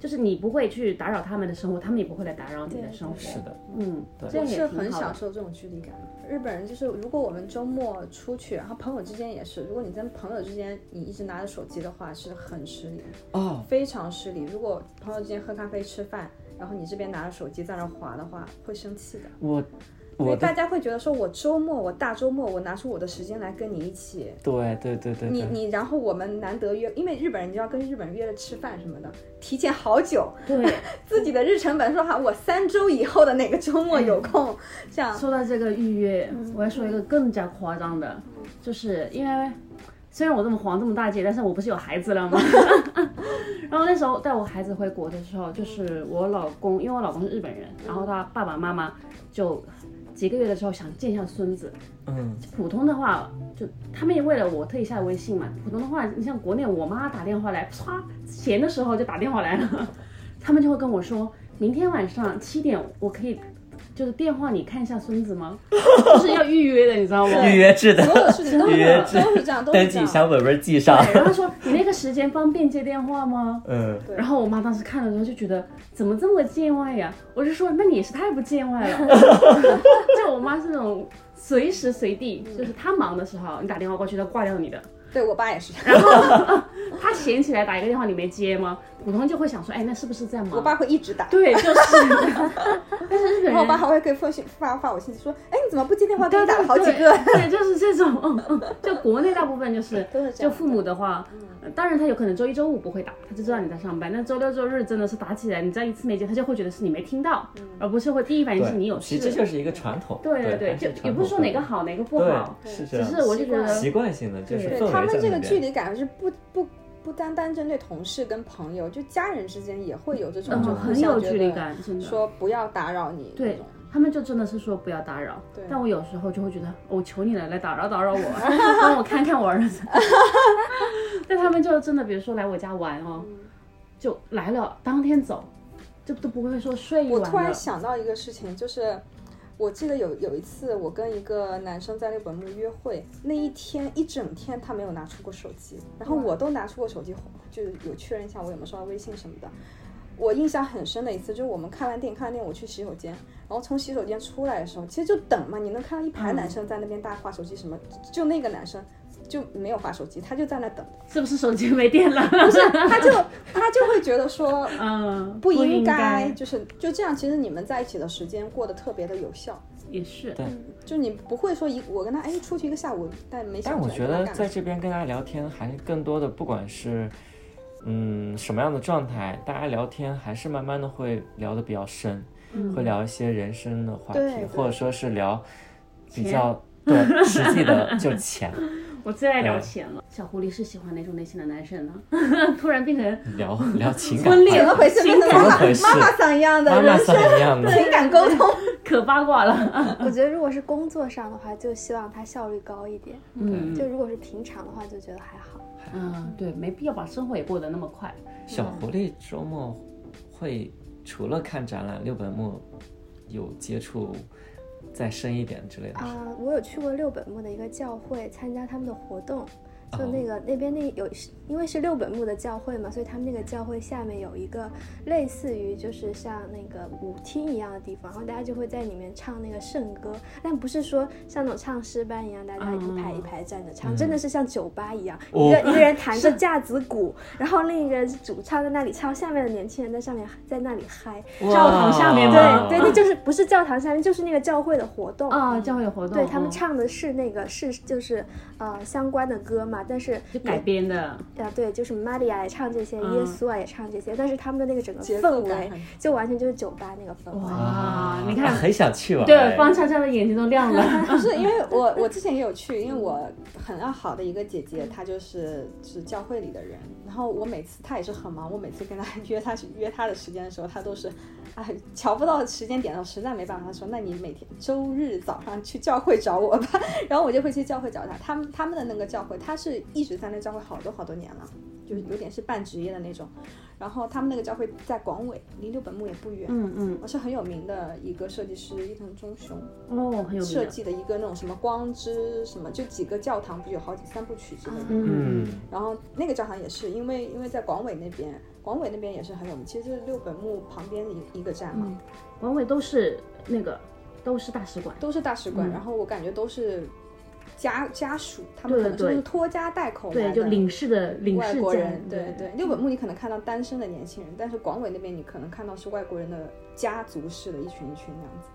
就是你不会去打扰他们的生活，他们也不会来打扰你的生活。是的，嗯，这我样也是挺好的很享受这种距离感的。日本人就是，如果我们周末出去，然后朋友之间也是，如果你跟朋友之间你一直拿着手机的话，是很失礼，哦，非常失礼。如果朋友之间喝咖啡吃饭，然后你这边拿着手机在那儿滑的话，会生气的。我所我以大的家会觉得说，我周末，我大周末，我拿出我的时间来跟你一起，对对对对你嗯对，你，然后我们难得约，因为日本人你知道跟日本人约了吃饭什么的，提前好久，对。自己的日程本说好，我三周以后的哪个周嗯末有 空，这样。说到这个预约，我要说一个更加夸张的，就是因为虽然我这么黄这么大姐，但是我不是有孩子了吗？ 然后那时候带我孩子回国的时候，就是我老公，因为我老公是日本人，然后他爸爸妈妈就几个月的时候想见一下孙子，嗯，普通的话，就他们也为了我特意下微信嘛。普通的话，你像国内我妈打电话来，唰，闲的时候就打电话来了， 他们就会跟我说，明天晚上七点我可以，就是电话你看一下孙子吗？ 就是要预约的，你知道吗？对 对预预约制的，所有事情都预约是制都是这样，都登是这记样。小本本记上。然后他说你那个时间方便接电话吗？嗯，然后我妈当时看了之后就觉得怎么这么见外呀？我就说那你也是太不见外了。 就我妈是那种随时随地，就是她忙的时候你打电话过去，她挂掉你的。对我爸也是， 她闲起来打一个电话你没接吗？普通就会想说，哎，那是不是在忙？我爸会一直打，对，就是。 但是日 本然后我爸人还会给发信发发我信息说，哎，你怎么不接电话？给对你打了好几对个。对，就是这种，嗯嗯，就国内大部分就是都是这就样嗯父母的话，呃当然他有可能周一周五不会打，他就知道你在上班。但周六周日真的是打起来，你再一次没接，他就会觉得是你没听到，嗯而不是会第一反应是你有其事。实这就是一个传统。对对对对，还就是传统也不是说哪个好哪个不对好，，是只这样。是我就觉习得，惯性的就是对氛围他们在这那个边距离感是不不不单单针对同事跟朋友，就家人之间也会有这种嗯，就很有距离，感，真的。说不要打扰你那对种。他们就真的是说不要打扰对，但我有时候就会觉得，我、求你了，来打扰打扰我， 帮我看看我儿子。 但他们就真的，比如说来我家玩哦，嗯就来了当天走，就都不会说睡一我晚突然了。想到一个事情，就是我记得有有一次我跟一个男生在那本木约会，那一天一整天他没有拿出过手机，然后我都拿出过手机，就是有确认一下我有没有收到微信什么的。我印象很深的一次，就是我们看完电影，看完电影我去洗手间，然后从洗手间出来的时候，其实就等嘛，你能看到一排嗯男生在那边大划手机什么，就那个男生就没有划手机，他就在那 等，是不是手机没电了？他就他就会觉得说 嗯，不应应该，就是就这样。其实你们在一起的时间过得特别的有效，也是。就你不会说一我跟他哎出去一个下午，但没想但出我来觉跟他得干在这边跟大家聊天，还是更多的，不管是嗯什么样的状态，大家聊天还是慢慢的会聊的比较深，会聊一些人生的话对题对，或者说是聊比钱较对实际的就钱我最爱聊钱了。小狐狸是喜欢哪种类型的男生呢？ 突然变成聊聊情感婚话礼怎题，么回事？变成怎妈么妈回事妈妈桑一样的妈妈人生桑一样的，情感沟通，可八 卦了。我觉得如果是工作上的话，就希望他效率高一点；嗯就如果是平常的话，就觉得还好。嗯，对，没必要把生活也过得那么快。小狐狸周末会除了看展览，六本木有接触再深一点之类的事。啊，我有去过六本木的一个教会参加他们的活动，哦就那个、那边那有，因为是六本木的教会嘛，所以他们那个教会下面有一个类似于就是像那个舞厅一样的地方，然后大家就会在里面唱那个圣歌，但不是说像那种唱诗班一样，大家一嗯排一排站着唱，真的是像酒吧一样，哦一个一个人弹着架子鼓，然后另一个主唱在那里唱，下面的年轻人在上面在那里嗨，教堂下面哇吗对对，那就是不是教堂下面，就是那个教会的活哦动啊，教会活动，对他们嗯唱的是那个是就是呃相关的歌嘛，但是就改编的，啊对，就是玛利亚也唱这些，嗯耶稣啊也唱这些，但是他们的那个整个节奏氛感围很就完全就是酒吧那个氛围。哇啊，你看，很哎想去玩。对，方恰恰的眼睛都 亮了。不是因为我我之前也有去，因为我很要好的一个姐姐，她就是是教会里的人，然后我每次她也是很忙，我每次跟她 约她去约她的时间的时候，她都是，哎，瞧不到时间点了，实在没办法，她说那你每天周日早上去教会找我吧， 然后我就会去教会找她，他们他们的那个教会，她是一直在那教会好多好多年了，就是有点是半职业的那种，然后他们那个教会在广尾，离六本木也不远，嗯嗯，我是很有名的一个设计师伊藤忠雄。哦，很有名设的。计的一个那种什么光之什么，就几个教堂不是有好几三部曲之类的。嗯嗯嗯，，然后那个教堂也是，因为因为在广尾那边，广尾那边也是很有名，其实就是六本木旁边的一一个站嘛，嗯王伟都是那个，都是大使馆。都是大使馆。嗯然后我感觉都是家家属，他们对可能对就是拖家带口来对，的就领事的领外事国家人。对对，六本木你可能看到单身的年轻人，但是广尾那边你可能看到是外国人的家族式的一群一群那样子。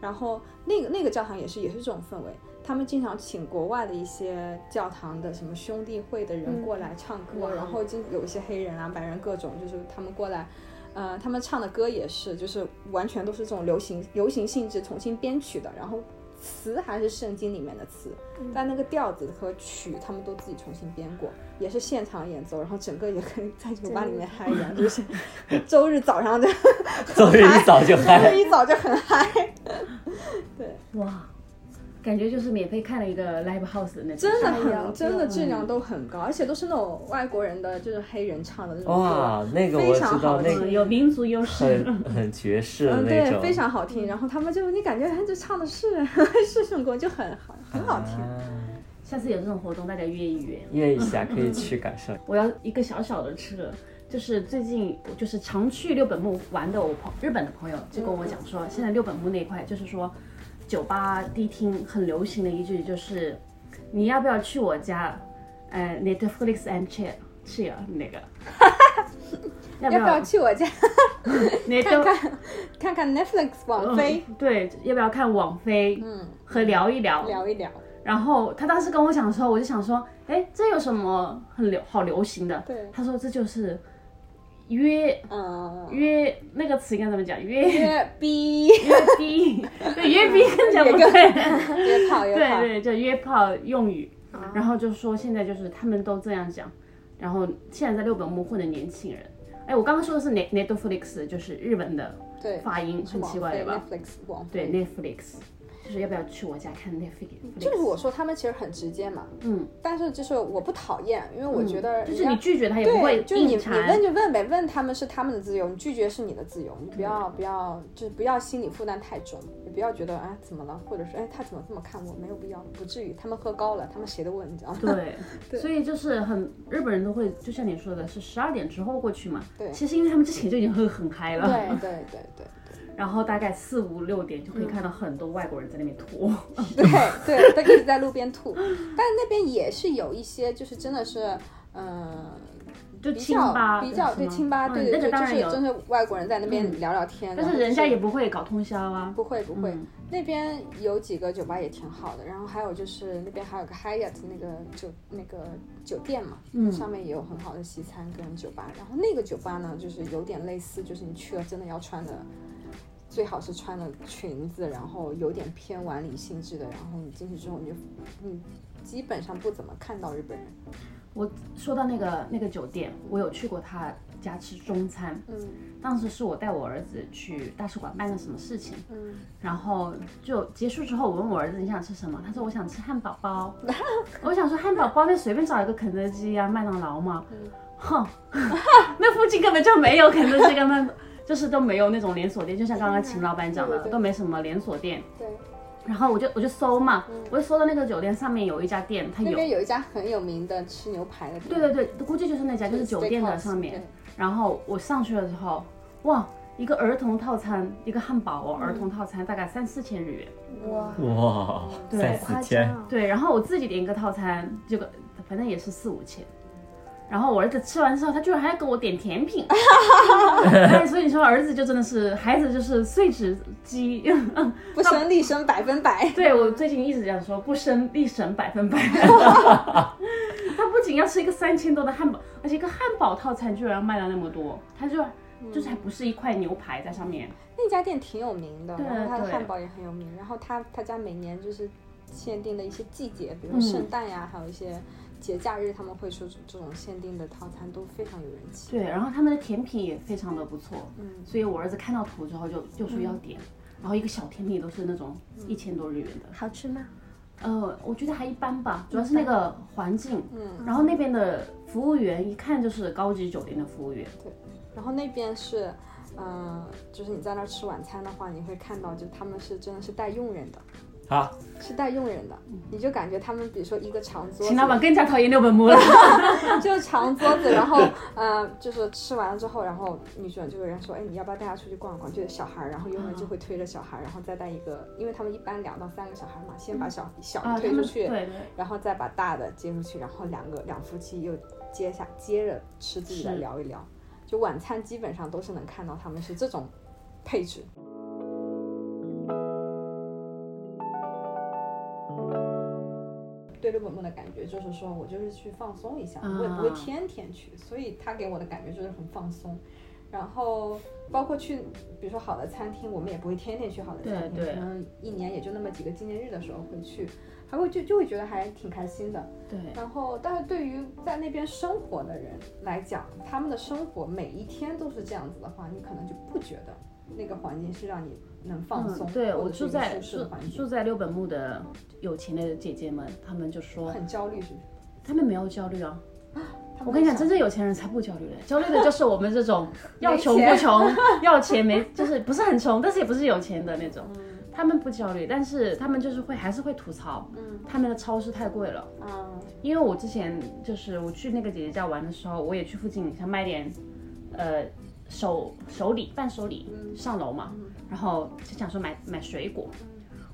然后那个那个教堂也是也是这种氛围，他们经常请国外的一些教堂的什么兄弟会的人过来唱歌，嗯哇然后经有一些黑人啊、白人各种，就是他们过来，呃，他们唱的歌也是，就是完全都是这种流行流行性质重新编曲的，然后词还是圣经里面的词，但那个调子和曲他们都自己重新编过，也是现场演奏，然后整个也跟在酒吧里面嗨 一样，就是周日早上的， 周日一早就嗨。周日一早就很嗨。对，哇，感觉就是免费看了一个 live house 的那种，真的哎呀很，真的质量都很高，而且都是那种外国人的，就是黑人唱的那种嗯歌，哇，那个我非常知道，好那听个嗯有民族优势，很很爵士的嗯，那对，种，非常好听。然后他们就你感觉他就唱的是 是什么歌，就很好，很好听。啊下次有这种活动大家约一约。约一下可以去感受。我要一个小小的吃的，就是最近就是常去六本木玩的我朋日本的朋友就跟我讲说，现在六本木那一块就是说，酒吧迪厅很流行的一句就是，你要不要去我家？呃，Netflix and chill chill 那个，要不要不要要去我家看 Netflix？看看看 Netflix 网飞，呃对，要不要看网飞？嗯，和聊一聊。聊一聊？然后他当时跟我讲的时候，我就想说，哎，这有什么很流好流行的？对他说这就是约嗯，约那个词应该怎么讲？约约约嗯逼，逼，对约逼更讲不约 对，约炮，约对炮。对，就约炮用语。啊然后就说现在就是他们都这样讲，然后现在在六本木混的年轻人，哎，我刚刚说的是 Net Netflix，就是日本的对发音，很奇怪对对吧？ Netflix 网对飞， Netflix，就是要不要去我家看 Netflix？就是我说他们其实很直接嘛，嗯，但是就是我不讨厌，因为我觉得就人是家你拒绝他也不会对，就是你你硬缠，问就问呗，问他们是他们的自由，你拒绝是你的自由，你嗯不要不要就是不要心理负担太重，也不要觉得哎怎么了，或者是哎他怎么这么看我，没有必要，不至于，他们喝高了，他们谁都问，你知道吗？对， 对所以就是很日本人都会，就像你说的，是十二点之后过去嘛。对其实因为他们之前就已经喝很嗨了，对对对对然后大概四五六点就可以嗯看到很多外国人在那边吐。 对对，都一直在路边吐，但是那边也是有一些就是真的是嗯。就比清较吧，比较对是吗清吧，嗯对对那个对，当就然是有，真是外国人在那边嗯聊聊天，然但是后人就家也不会搞通宵啊。不会不会，嗯那边有几个酒吧也挺好的，然后还有就是那边还有个 Hyatt 那个酒那个酒店嘛，嗯上面也有很好的西餐跟酒吧。然后那个酒吧呢，就是有点类似，就是你去了真的要穿的，最好是穿的裙子，然后有点偏晚礼性质的。然后你进去之后，你就你基本上不怎么看到日本人。我说到那个那个酒店，我有去过他家吃中餐，嗯当时是我带我儿子去大使馆办个什么事情，嗯，然后就结束之后，我问我儿子你想吃什么，他说我想吃汉堡 包。我想说汉堡包那随便找一个肯德基啊、麦当劳嘛，嗯哼， 那附近根本就没有肯德基跟麦，就是都没有那种连锁店，就像刚刚秦老板讲的，对对对都没什么连锁店。对，嗯然后我就我就搜嘛，我就搜到那个酒店上面有一家店，它那边有。有一家很有名的吃牛排的店，对对对，估计就是那家，就是酒店的上面。然后我上去了之后，哇，一个儿童套餐，一个汉堡嗯哦，儿童套餐大概三四千日元。哇，哇，对三夸四张千，啊！对，然后我自己点一个套餐，这个反正也是四五千。然后我儿子吃完之后，他居然还要给我点甜品， 哎，所以你说儿子就真的是孩子就是碎纸机。 对，不生立生百分百。对我最近一直讲说不生必省百分百， 他不仅要吃一个三千多的汉堡，而且一个汉堡套餐居然要卖到那么多，他就就是还不是一块牛排在上面，那家店挺有名的，对然后它的对汉堡也很有名，然后他他家每年就是限定的一些季节，比如嗯说圣诞呀、还有一些节假日，他们会出这种限定的套餐，都非常有人气。对，然后他们的甜品也非常的不错，嗯，所以我儿子看到图之后就就说要点，然后一个小甜品都是那种嗯一千多日元的，好吃吗？呃，我觉得还一般吧，主要是那个环境，嗯，然后那边的服务员一看就是高级酒店的服务员，然后那边是，嗯、就是你在那儿吃晚餐的话，你会看到，就他们是真的是带佣人的，啊，是带佣人的，你就感觉他们比如说一个长桌子，秦老板更加讨厌六本木了， 就是长桌子，然后呃，就是吃完了之后，然后女主人就有人说，哎，你要不要带他出去逛逛？就是小孩儿，然后佣人就嗯会推着小孩儿，然后再带一个，因为他们一般两到三个小孩嘛，先把小小的啊，他推出们去，对对。然后再把大的接出去，然后两个两夫妻又接下接着吃自己的是聊一聊，就晚餐基本上都是能看到他们是这种配置。对日本木的感觉就是说，我就是去放松一下，我也不会啊天天去，所以他给我的感觉就是很放松。然后包括去，比如说好的餐厅，我们也不会天天去好的餐厅，对对可能一年也就那么几个纪念日的时候会去，还会就就会觉得还挺开心的。对，然后，但是对于在那边生活的人来讲，他们的生活每一天都是这样子的话，你可能就不觉得那个环境是让你能放松。嗯、对或我者是住一个在舒适住的环境住在六本木的有钱的姐姐们，她们就说很焦虑，是不是？她们没有焦虑啊。我跟你讲，真正有钱人才不焦虑嘞，焦虑的就是我们这种要穷不 没钱穷， 要钱没就是不是很穷，但是也不是有钱的那种。嗯他们不焦虑，但是他们就是会还是会吐槽，嗯他们的超市太贵了。嗯因为我之前就是我去那个姐姐家玩的时候，我也去附近想买点，呃，手手礼伴手礼嗯上楼嘛，然后就想说买买水果。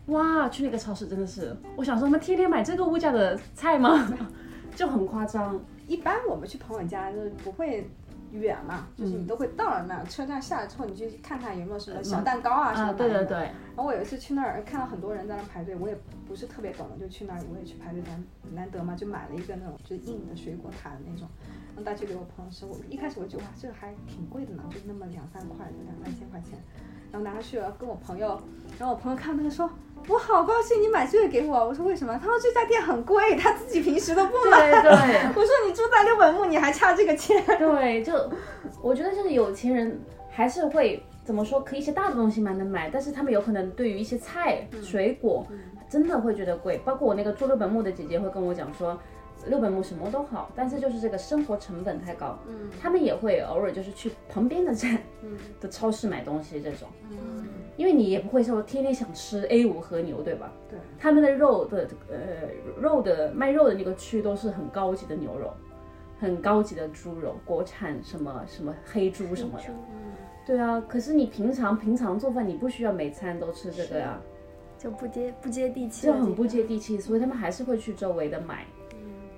哇，去那个超市真的是，我想说他们天天买这个物价的菜吗？ 就很夸张。一般我们去朋友家就是不会远嘛，就是嗯你都会到了那儿，车站下来之后，你去看看有没有什么小蛋糕啊什么啊，的。对对对。然后我有一次去那儿看到很多人在那儿排队，我也不是特别懂的，就去那儿我也去排队，难难得嘛，就买了一个那种就是硬的水果塔的那种，然后带去给我朋友吃。我一开始我觉得哇，这个还挺贵的呢，就那么两三块，就两三千块钱。然后拿去了跟我朋友，然后我朋友看那个说，我好高兴你买这个给我，我说为什么？他说这家店很贵，他自己平时都不买。对对我说你住在六本木，你还差这个钱。对，就我觉得就是有钱人还是会怎么说，可以一些大的东西蛮能买，但是他们有可能对于一些菜、嗯水果、真的会觉得贵。包括我那个做六本木的姐姐会跟我讲说。六本木什么都好，但是就是这个生活成本太高。嗯他们也会偶尔就是去旁边的站嗯的超市买东西这种，因为你也不会说天天想吃 A 五和牛，对吧？对，他们的肉的呃肉的卖肉的那个区都是很高级的牛肉，很高级的猪肉，国产什么什么黑猪什么的。嗯对啊，可是你平常平常做饭，你不需要每餐都吃这个呀、就不接不接地就气的地方，很不接地气，所以他们还是会去周围的买，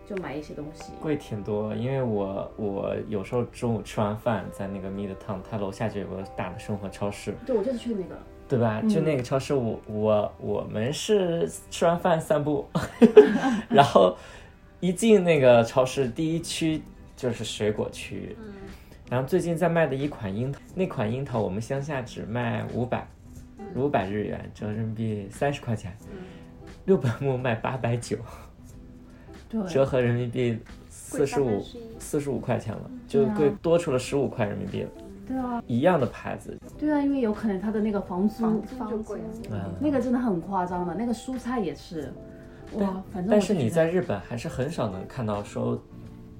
就买一些东西。贵挺多，因为我我有时候中午吃完饭在那个 Mid Town，它楼下就有个大的生活超市，对，我就是去那个。对吧？就嗯那个超市，我我我们是吃完饭散步，然后一进那个超市，第一区就是水果区，然后最近在卖的一款樱桃，那款樱桃我们乡下只卖五百，五百日元，折人民币三十块钱，六本木卖八百九，对，折合人民币四十贵五四十五块钱了，就贵多出了十五块人民币了。啊对啊，一样的牌子，对啊，因为有可能他的那啊个房租，就贵了。嗯，那个真的很夸张的，那个蔬菜也是，哇，反正我啊但是就觉得你在日本还是很少能看到说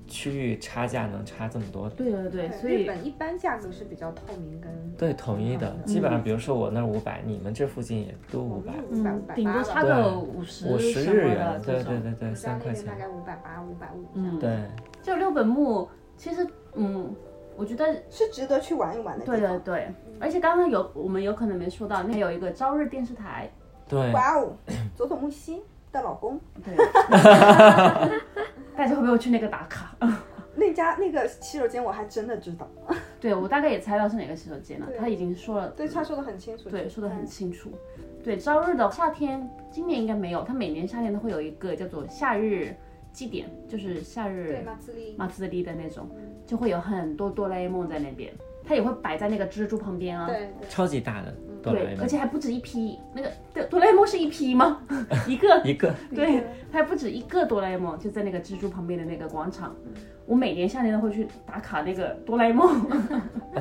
区域差价能差这么多的。对对对，所日以本一般价格是比较透明跟嗯对，统一嗯的，基本上比如说我那儿五百，你们这附近也都五百，五百五百顶八多吧差对个五嗯十五十什日么的元，这对种对。对对，家三那块边大概钱，五百八、五百五。嗯，对，就六本木，其实嗯，我觉得是值得去玩一玩的地对方。对对，而且刚刚有我们有可能没说到，那有一个朝日电视台，对，哇哦，佐佐木希的老公 对，大家会不会去那个打卡？ 那家那个洗手间我还真的知道，对我大概也猜到是哪个洗手间了，对他已经说了，对他说的很清楚。对，说的很清楚。对，朝日的夏天，今年应该没有，它每年夏天都会有一个叫做夏日祭典，就是夏对，日马自立。马自立的那种，就会有很多哆啦 A 梦在那边，它也会摆在那个蜘蛛旁边啊。对对，超级大的哆啦 A 嗯对，而梦且还不止一批，那个对哆啦 A 梦是一批 吗？一个，一个，对，嗯它还不止一个哆啦 A 梦，就在那个蜘蛛旁边的那个广场。我每年夏天都会去打卡那个哆啦 A 梦。 啊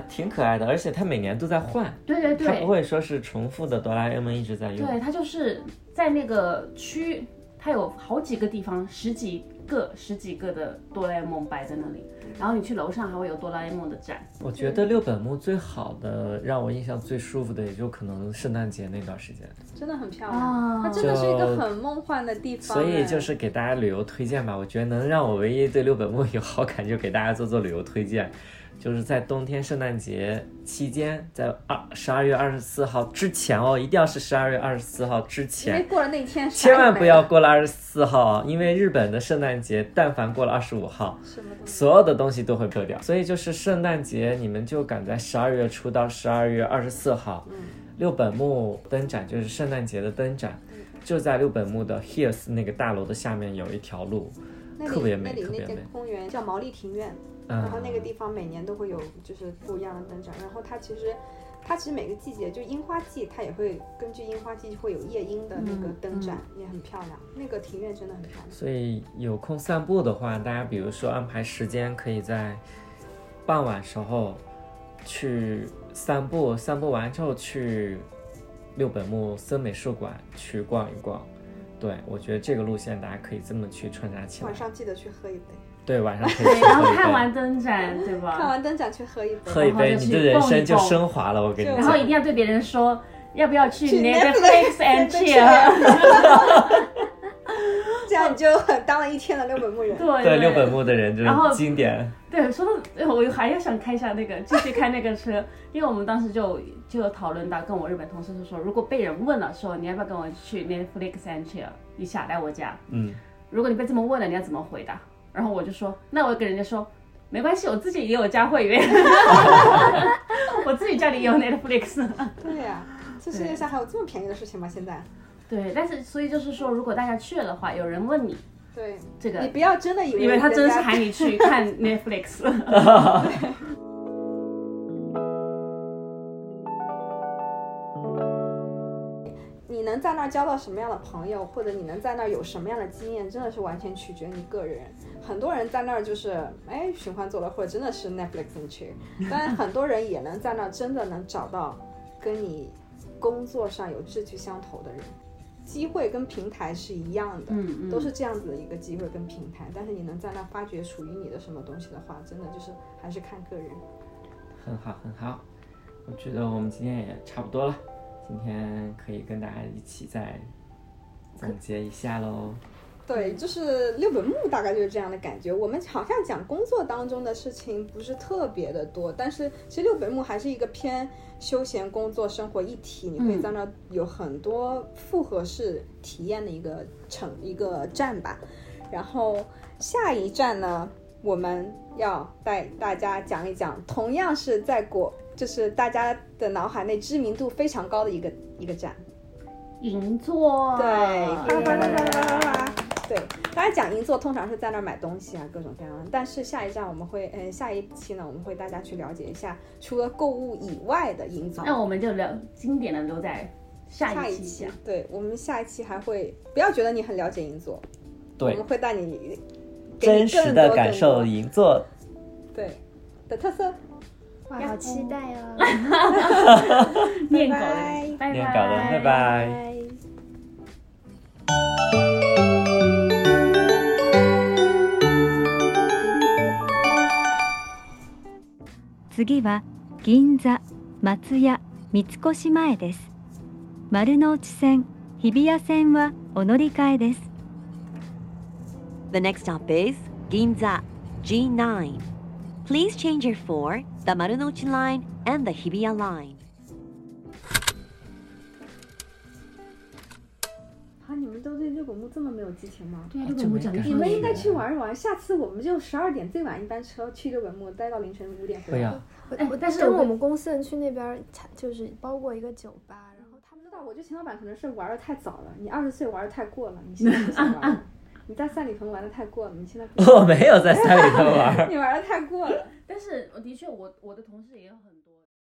挺可爱的，而且它每年都在换，对对它不对，会说是重复的哆啦 A 梦一直在对，用，它就是在那个区，它有好几个地方，十几个、十几个的哆啦 A 梦摆在那里。然后你去楼上还会有哆啦 A 梦的 展。我觉得六本木最好的，让我印象最舒服的，也就可能圣诞节那段时间。真的很漂啊亮，它真的是一个很梦幻的地方。所以哎就是给大家旅游推荐吧，我觉得能让我唯一对六本木有 好感，就给大家做做旅游推荐，就是在冬天圣诞节期间，在二十二月二十四号之前哦，一定要是十二月二十四号之因为前，过了那天，千万不要啥过了二十四号哦，因为日本的圣诞节，但凡过了二十五号，也没有什么东西。所有的东西都会撤掉。所以就是圣诞节，你们就赶在十二月初到十二月二十四号，六本木灯展就是圣诞节的灯展，就在六本木的 Hills 那个大楼的下面有一条路，那里特别美那里特别那美间公园叫毛利庭院，然后嗯，那个地方每年都会有就是不一样的灯展，然后它其实。它其实每个季节，就樱花季，它也会根据樱花季会有夜樱的嗯那个灯展，也很漂亮。那个庭院真的很漂亮。所以有空散步的话，大家比如说安排时间，可以在傍晚时候去散步，散步完之后去六本木森美术馆去逛一逛。对，我觉得这个路线大家可以这么去穿插起来晚。上记得去喝一杯，对，晚上可以对，去然后喝一看杯完灯展，对吧？看完灯展去喝一杯，喝一杯，然后就你去的人蹦一生就蹦升华了。我跟你就讲，然后一定要对别人说要不要去去 Netflix and chill。这样你就很当了一天的六本木人。对对六本木的人就然后是经典。对，说到哎我还要想开一下那个，继续开那个车， 因为我们当时就就有讨论到，跟我日本同事就说，如果被人问了说你要不要跟我去 Netflix and chill 一下来我家，嗯，如果你被这么问了，你要怎么回答？然后我就说，那我跟人家说。没关系，我自己也有加 会员， 我自己家里也有 Netflix。 对呀、这世界上还有这么便宜的事情吗？现在？对，但是所以就是说，如果大家去了的话，有人问你对，这个你不要真的以为因为他人真家是喊你去 看 Netflix。你能在那儿交到什么样的朋友，或者你能在那儿有什么样的经验，真的是完全取决于你个人。很多人在那儿就是哎寻欢作乐，或者真的是 Netflix and chill，但是很多人也能在那儿真的能找到跟你工作上有志趣相投的人。机会跟平台是一样的，嗯嗯都是这样子的一个机会跟平台，但是你能在那儿发掘属于你的什么东西的话，真的就是还是看个人。很好，很好。我觉得我们今天也差不多了，今天可以跟大家一起再总结一下喽。对，就是六本木大概就是这样的感觉。我们好像讲工作当中的事情不是特别的多，但是其实六本木还是一个偏休闲、工作、生活一体，你会在那儿有很多复合式体验的一个城一个站吧。然后下一站呢，我们要带大家讲一讲，同样是在国，就是大家的脑海内知名度非常高的一个一个站。银座，啊对，啪啪啪啪啪啪啪。对，大家讲银座通常是在那儿买东西啊，各种各样的。但是下一站我们会，嗯，下一期呢，我们会大家去了解一下，除了购物以外的银座。哦那我们就聊经典的留在下下一一期啊期讲。，对我们下一期还会，不要觉得你很了解银座，我对们，会带你给真你实更多的感更受多银座。对的特色。哇，好期待哦！嗯念稿的，拜念稿的， 拜拜。拜。次は銀座松屋三越前です丸の内線日比谷線はお乗り換えです The next stop is Ginza G9. Please change your for the Marunouchi line and the Hibiya line. 啊，你们都对六本木这么没有激情嗯吗？对啊，六本木讲的你们应该去玩一玩，下次我们就十二点最晚一班车去六本木，待到凌晨五点对回来。呀，哎我但是跟我我们公司人去那边儿，就是包过一个酒吧，然后他们不知道，我觉得钱老板可能是玩的太早了，你二十岁玩的太过了，你现在不想玩了。你在三里屯玩的太过了，你现在不哦我没有在三里屯玩儿。你玩的太过了。但是我的确，我我的同事也有很多。